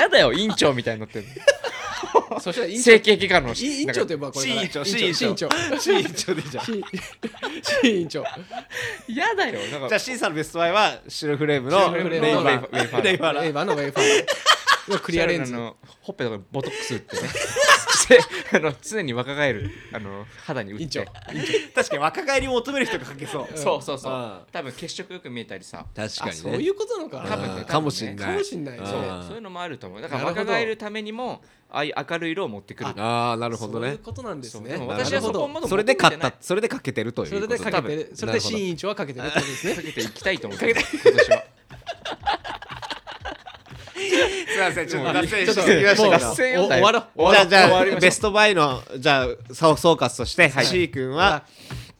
やだよ院長みたいになってる確か *laughs* にそしたら院長整形外科のい院長と呼なんかばこれ新院長新院新長院長新院長でいいじゃんじ新院長やだよなんゃかあ新さんのベストバイは白フレーム白のフレームレイのバンレイバンレイバンレイバンのウェイファーラークリアレンズあのほっぺとかにボトックス打って *laughs* ねせ *laughs* あの常に若返るあの肌に打って院長確かに若返りを求める人がかけそうそうそうそううん多分血色よく見えたりさ確あそういうことなのか多分ね多あー分ねかもしんないかもしんないあねーそうそういうのもあると思うだからなるほど若返るためにもああいう明るい色を持ってくるああなるほどそういうねことなんですそうねでもなるほど私はそこまでそれで買求っめたてなそれでかけてるというそれでかけてるそれで新ン院長はかけてるってことですねかけていきたいと思ってます今年は *laughs* すいませんちょっと脱線ちょしっとすぎましたけもどもうおう終わろうじゃあじ終ゃわりまあしょうベストバイのじゃあ総総括として、はい、C 君は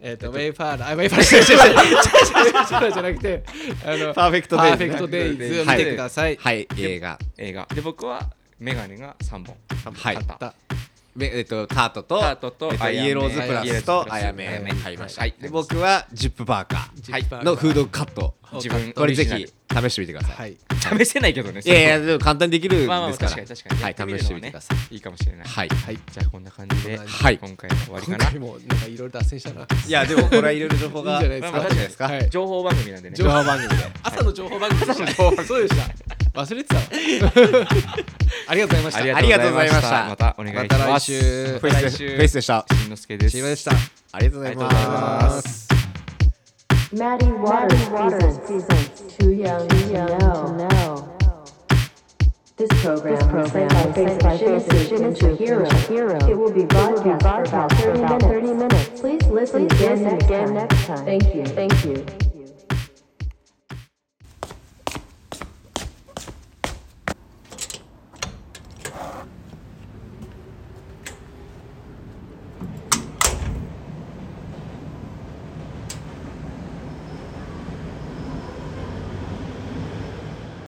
えっ、と、ウェイファーラー、あウェイファーラー、違う違う違う違う違うじゃなくて、あの、パーフェクトパデイーフズェクトデイズを見はいてください。はい映画映画で僕はメガネが3本はい買っためえっとタートとタートとえっとアイアンイエローズプライエロースズプラとスあやめアヤメ買いました、はいで僕はジップバーカジップバーガーーのフードカット自分これぜオリジひ試してみてくださ、はいい。ナ *laughs* ル試せないけどねい、やいやでも簡単にできるんですかまあら、まあ確かに確かにはい試してみてください、いいかもしれないはいはい。じゃあこんな感じで、はい今回の終わり今かな回。も、なんかいろいろ脱線したな。いやでもこれはいろいろ情報がいいんじゃないですかあったじゃないですか、はい情報番組なんでね。情報番組で朝の情報番組でした。そうでした。忘れてたわ。ありがとうございました。ありがとうございましまたたお願いします。また来週フまェたイ来ス週フェイスでしたしんのすけです。ありがとうございありがとうございまますす Maddie Waters presents Too Young to Know. This program is made by Faith into Hero. It will be broadcast for about 30 minutes. Please listen again next time. Thank you. Thank you.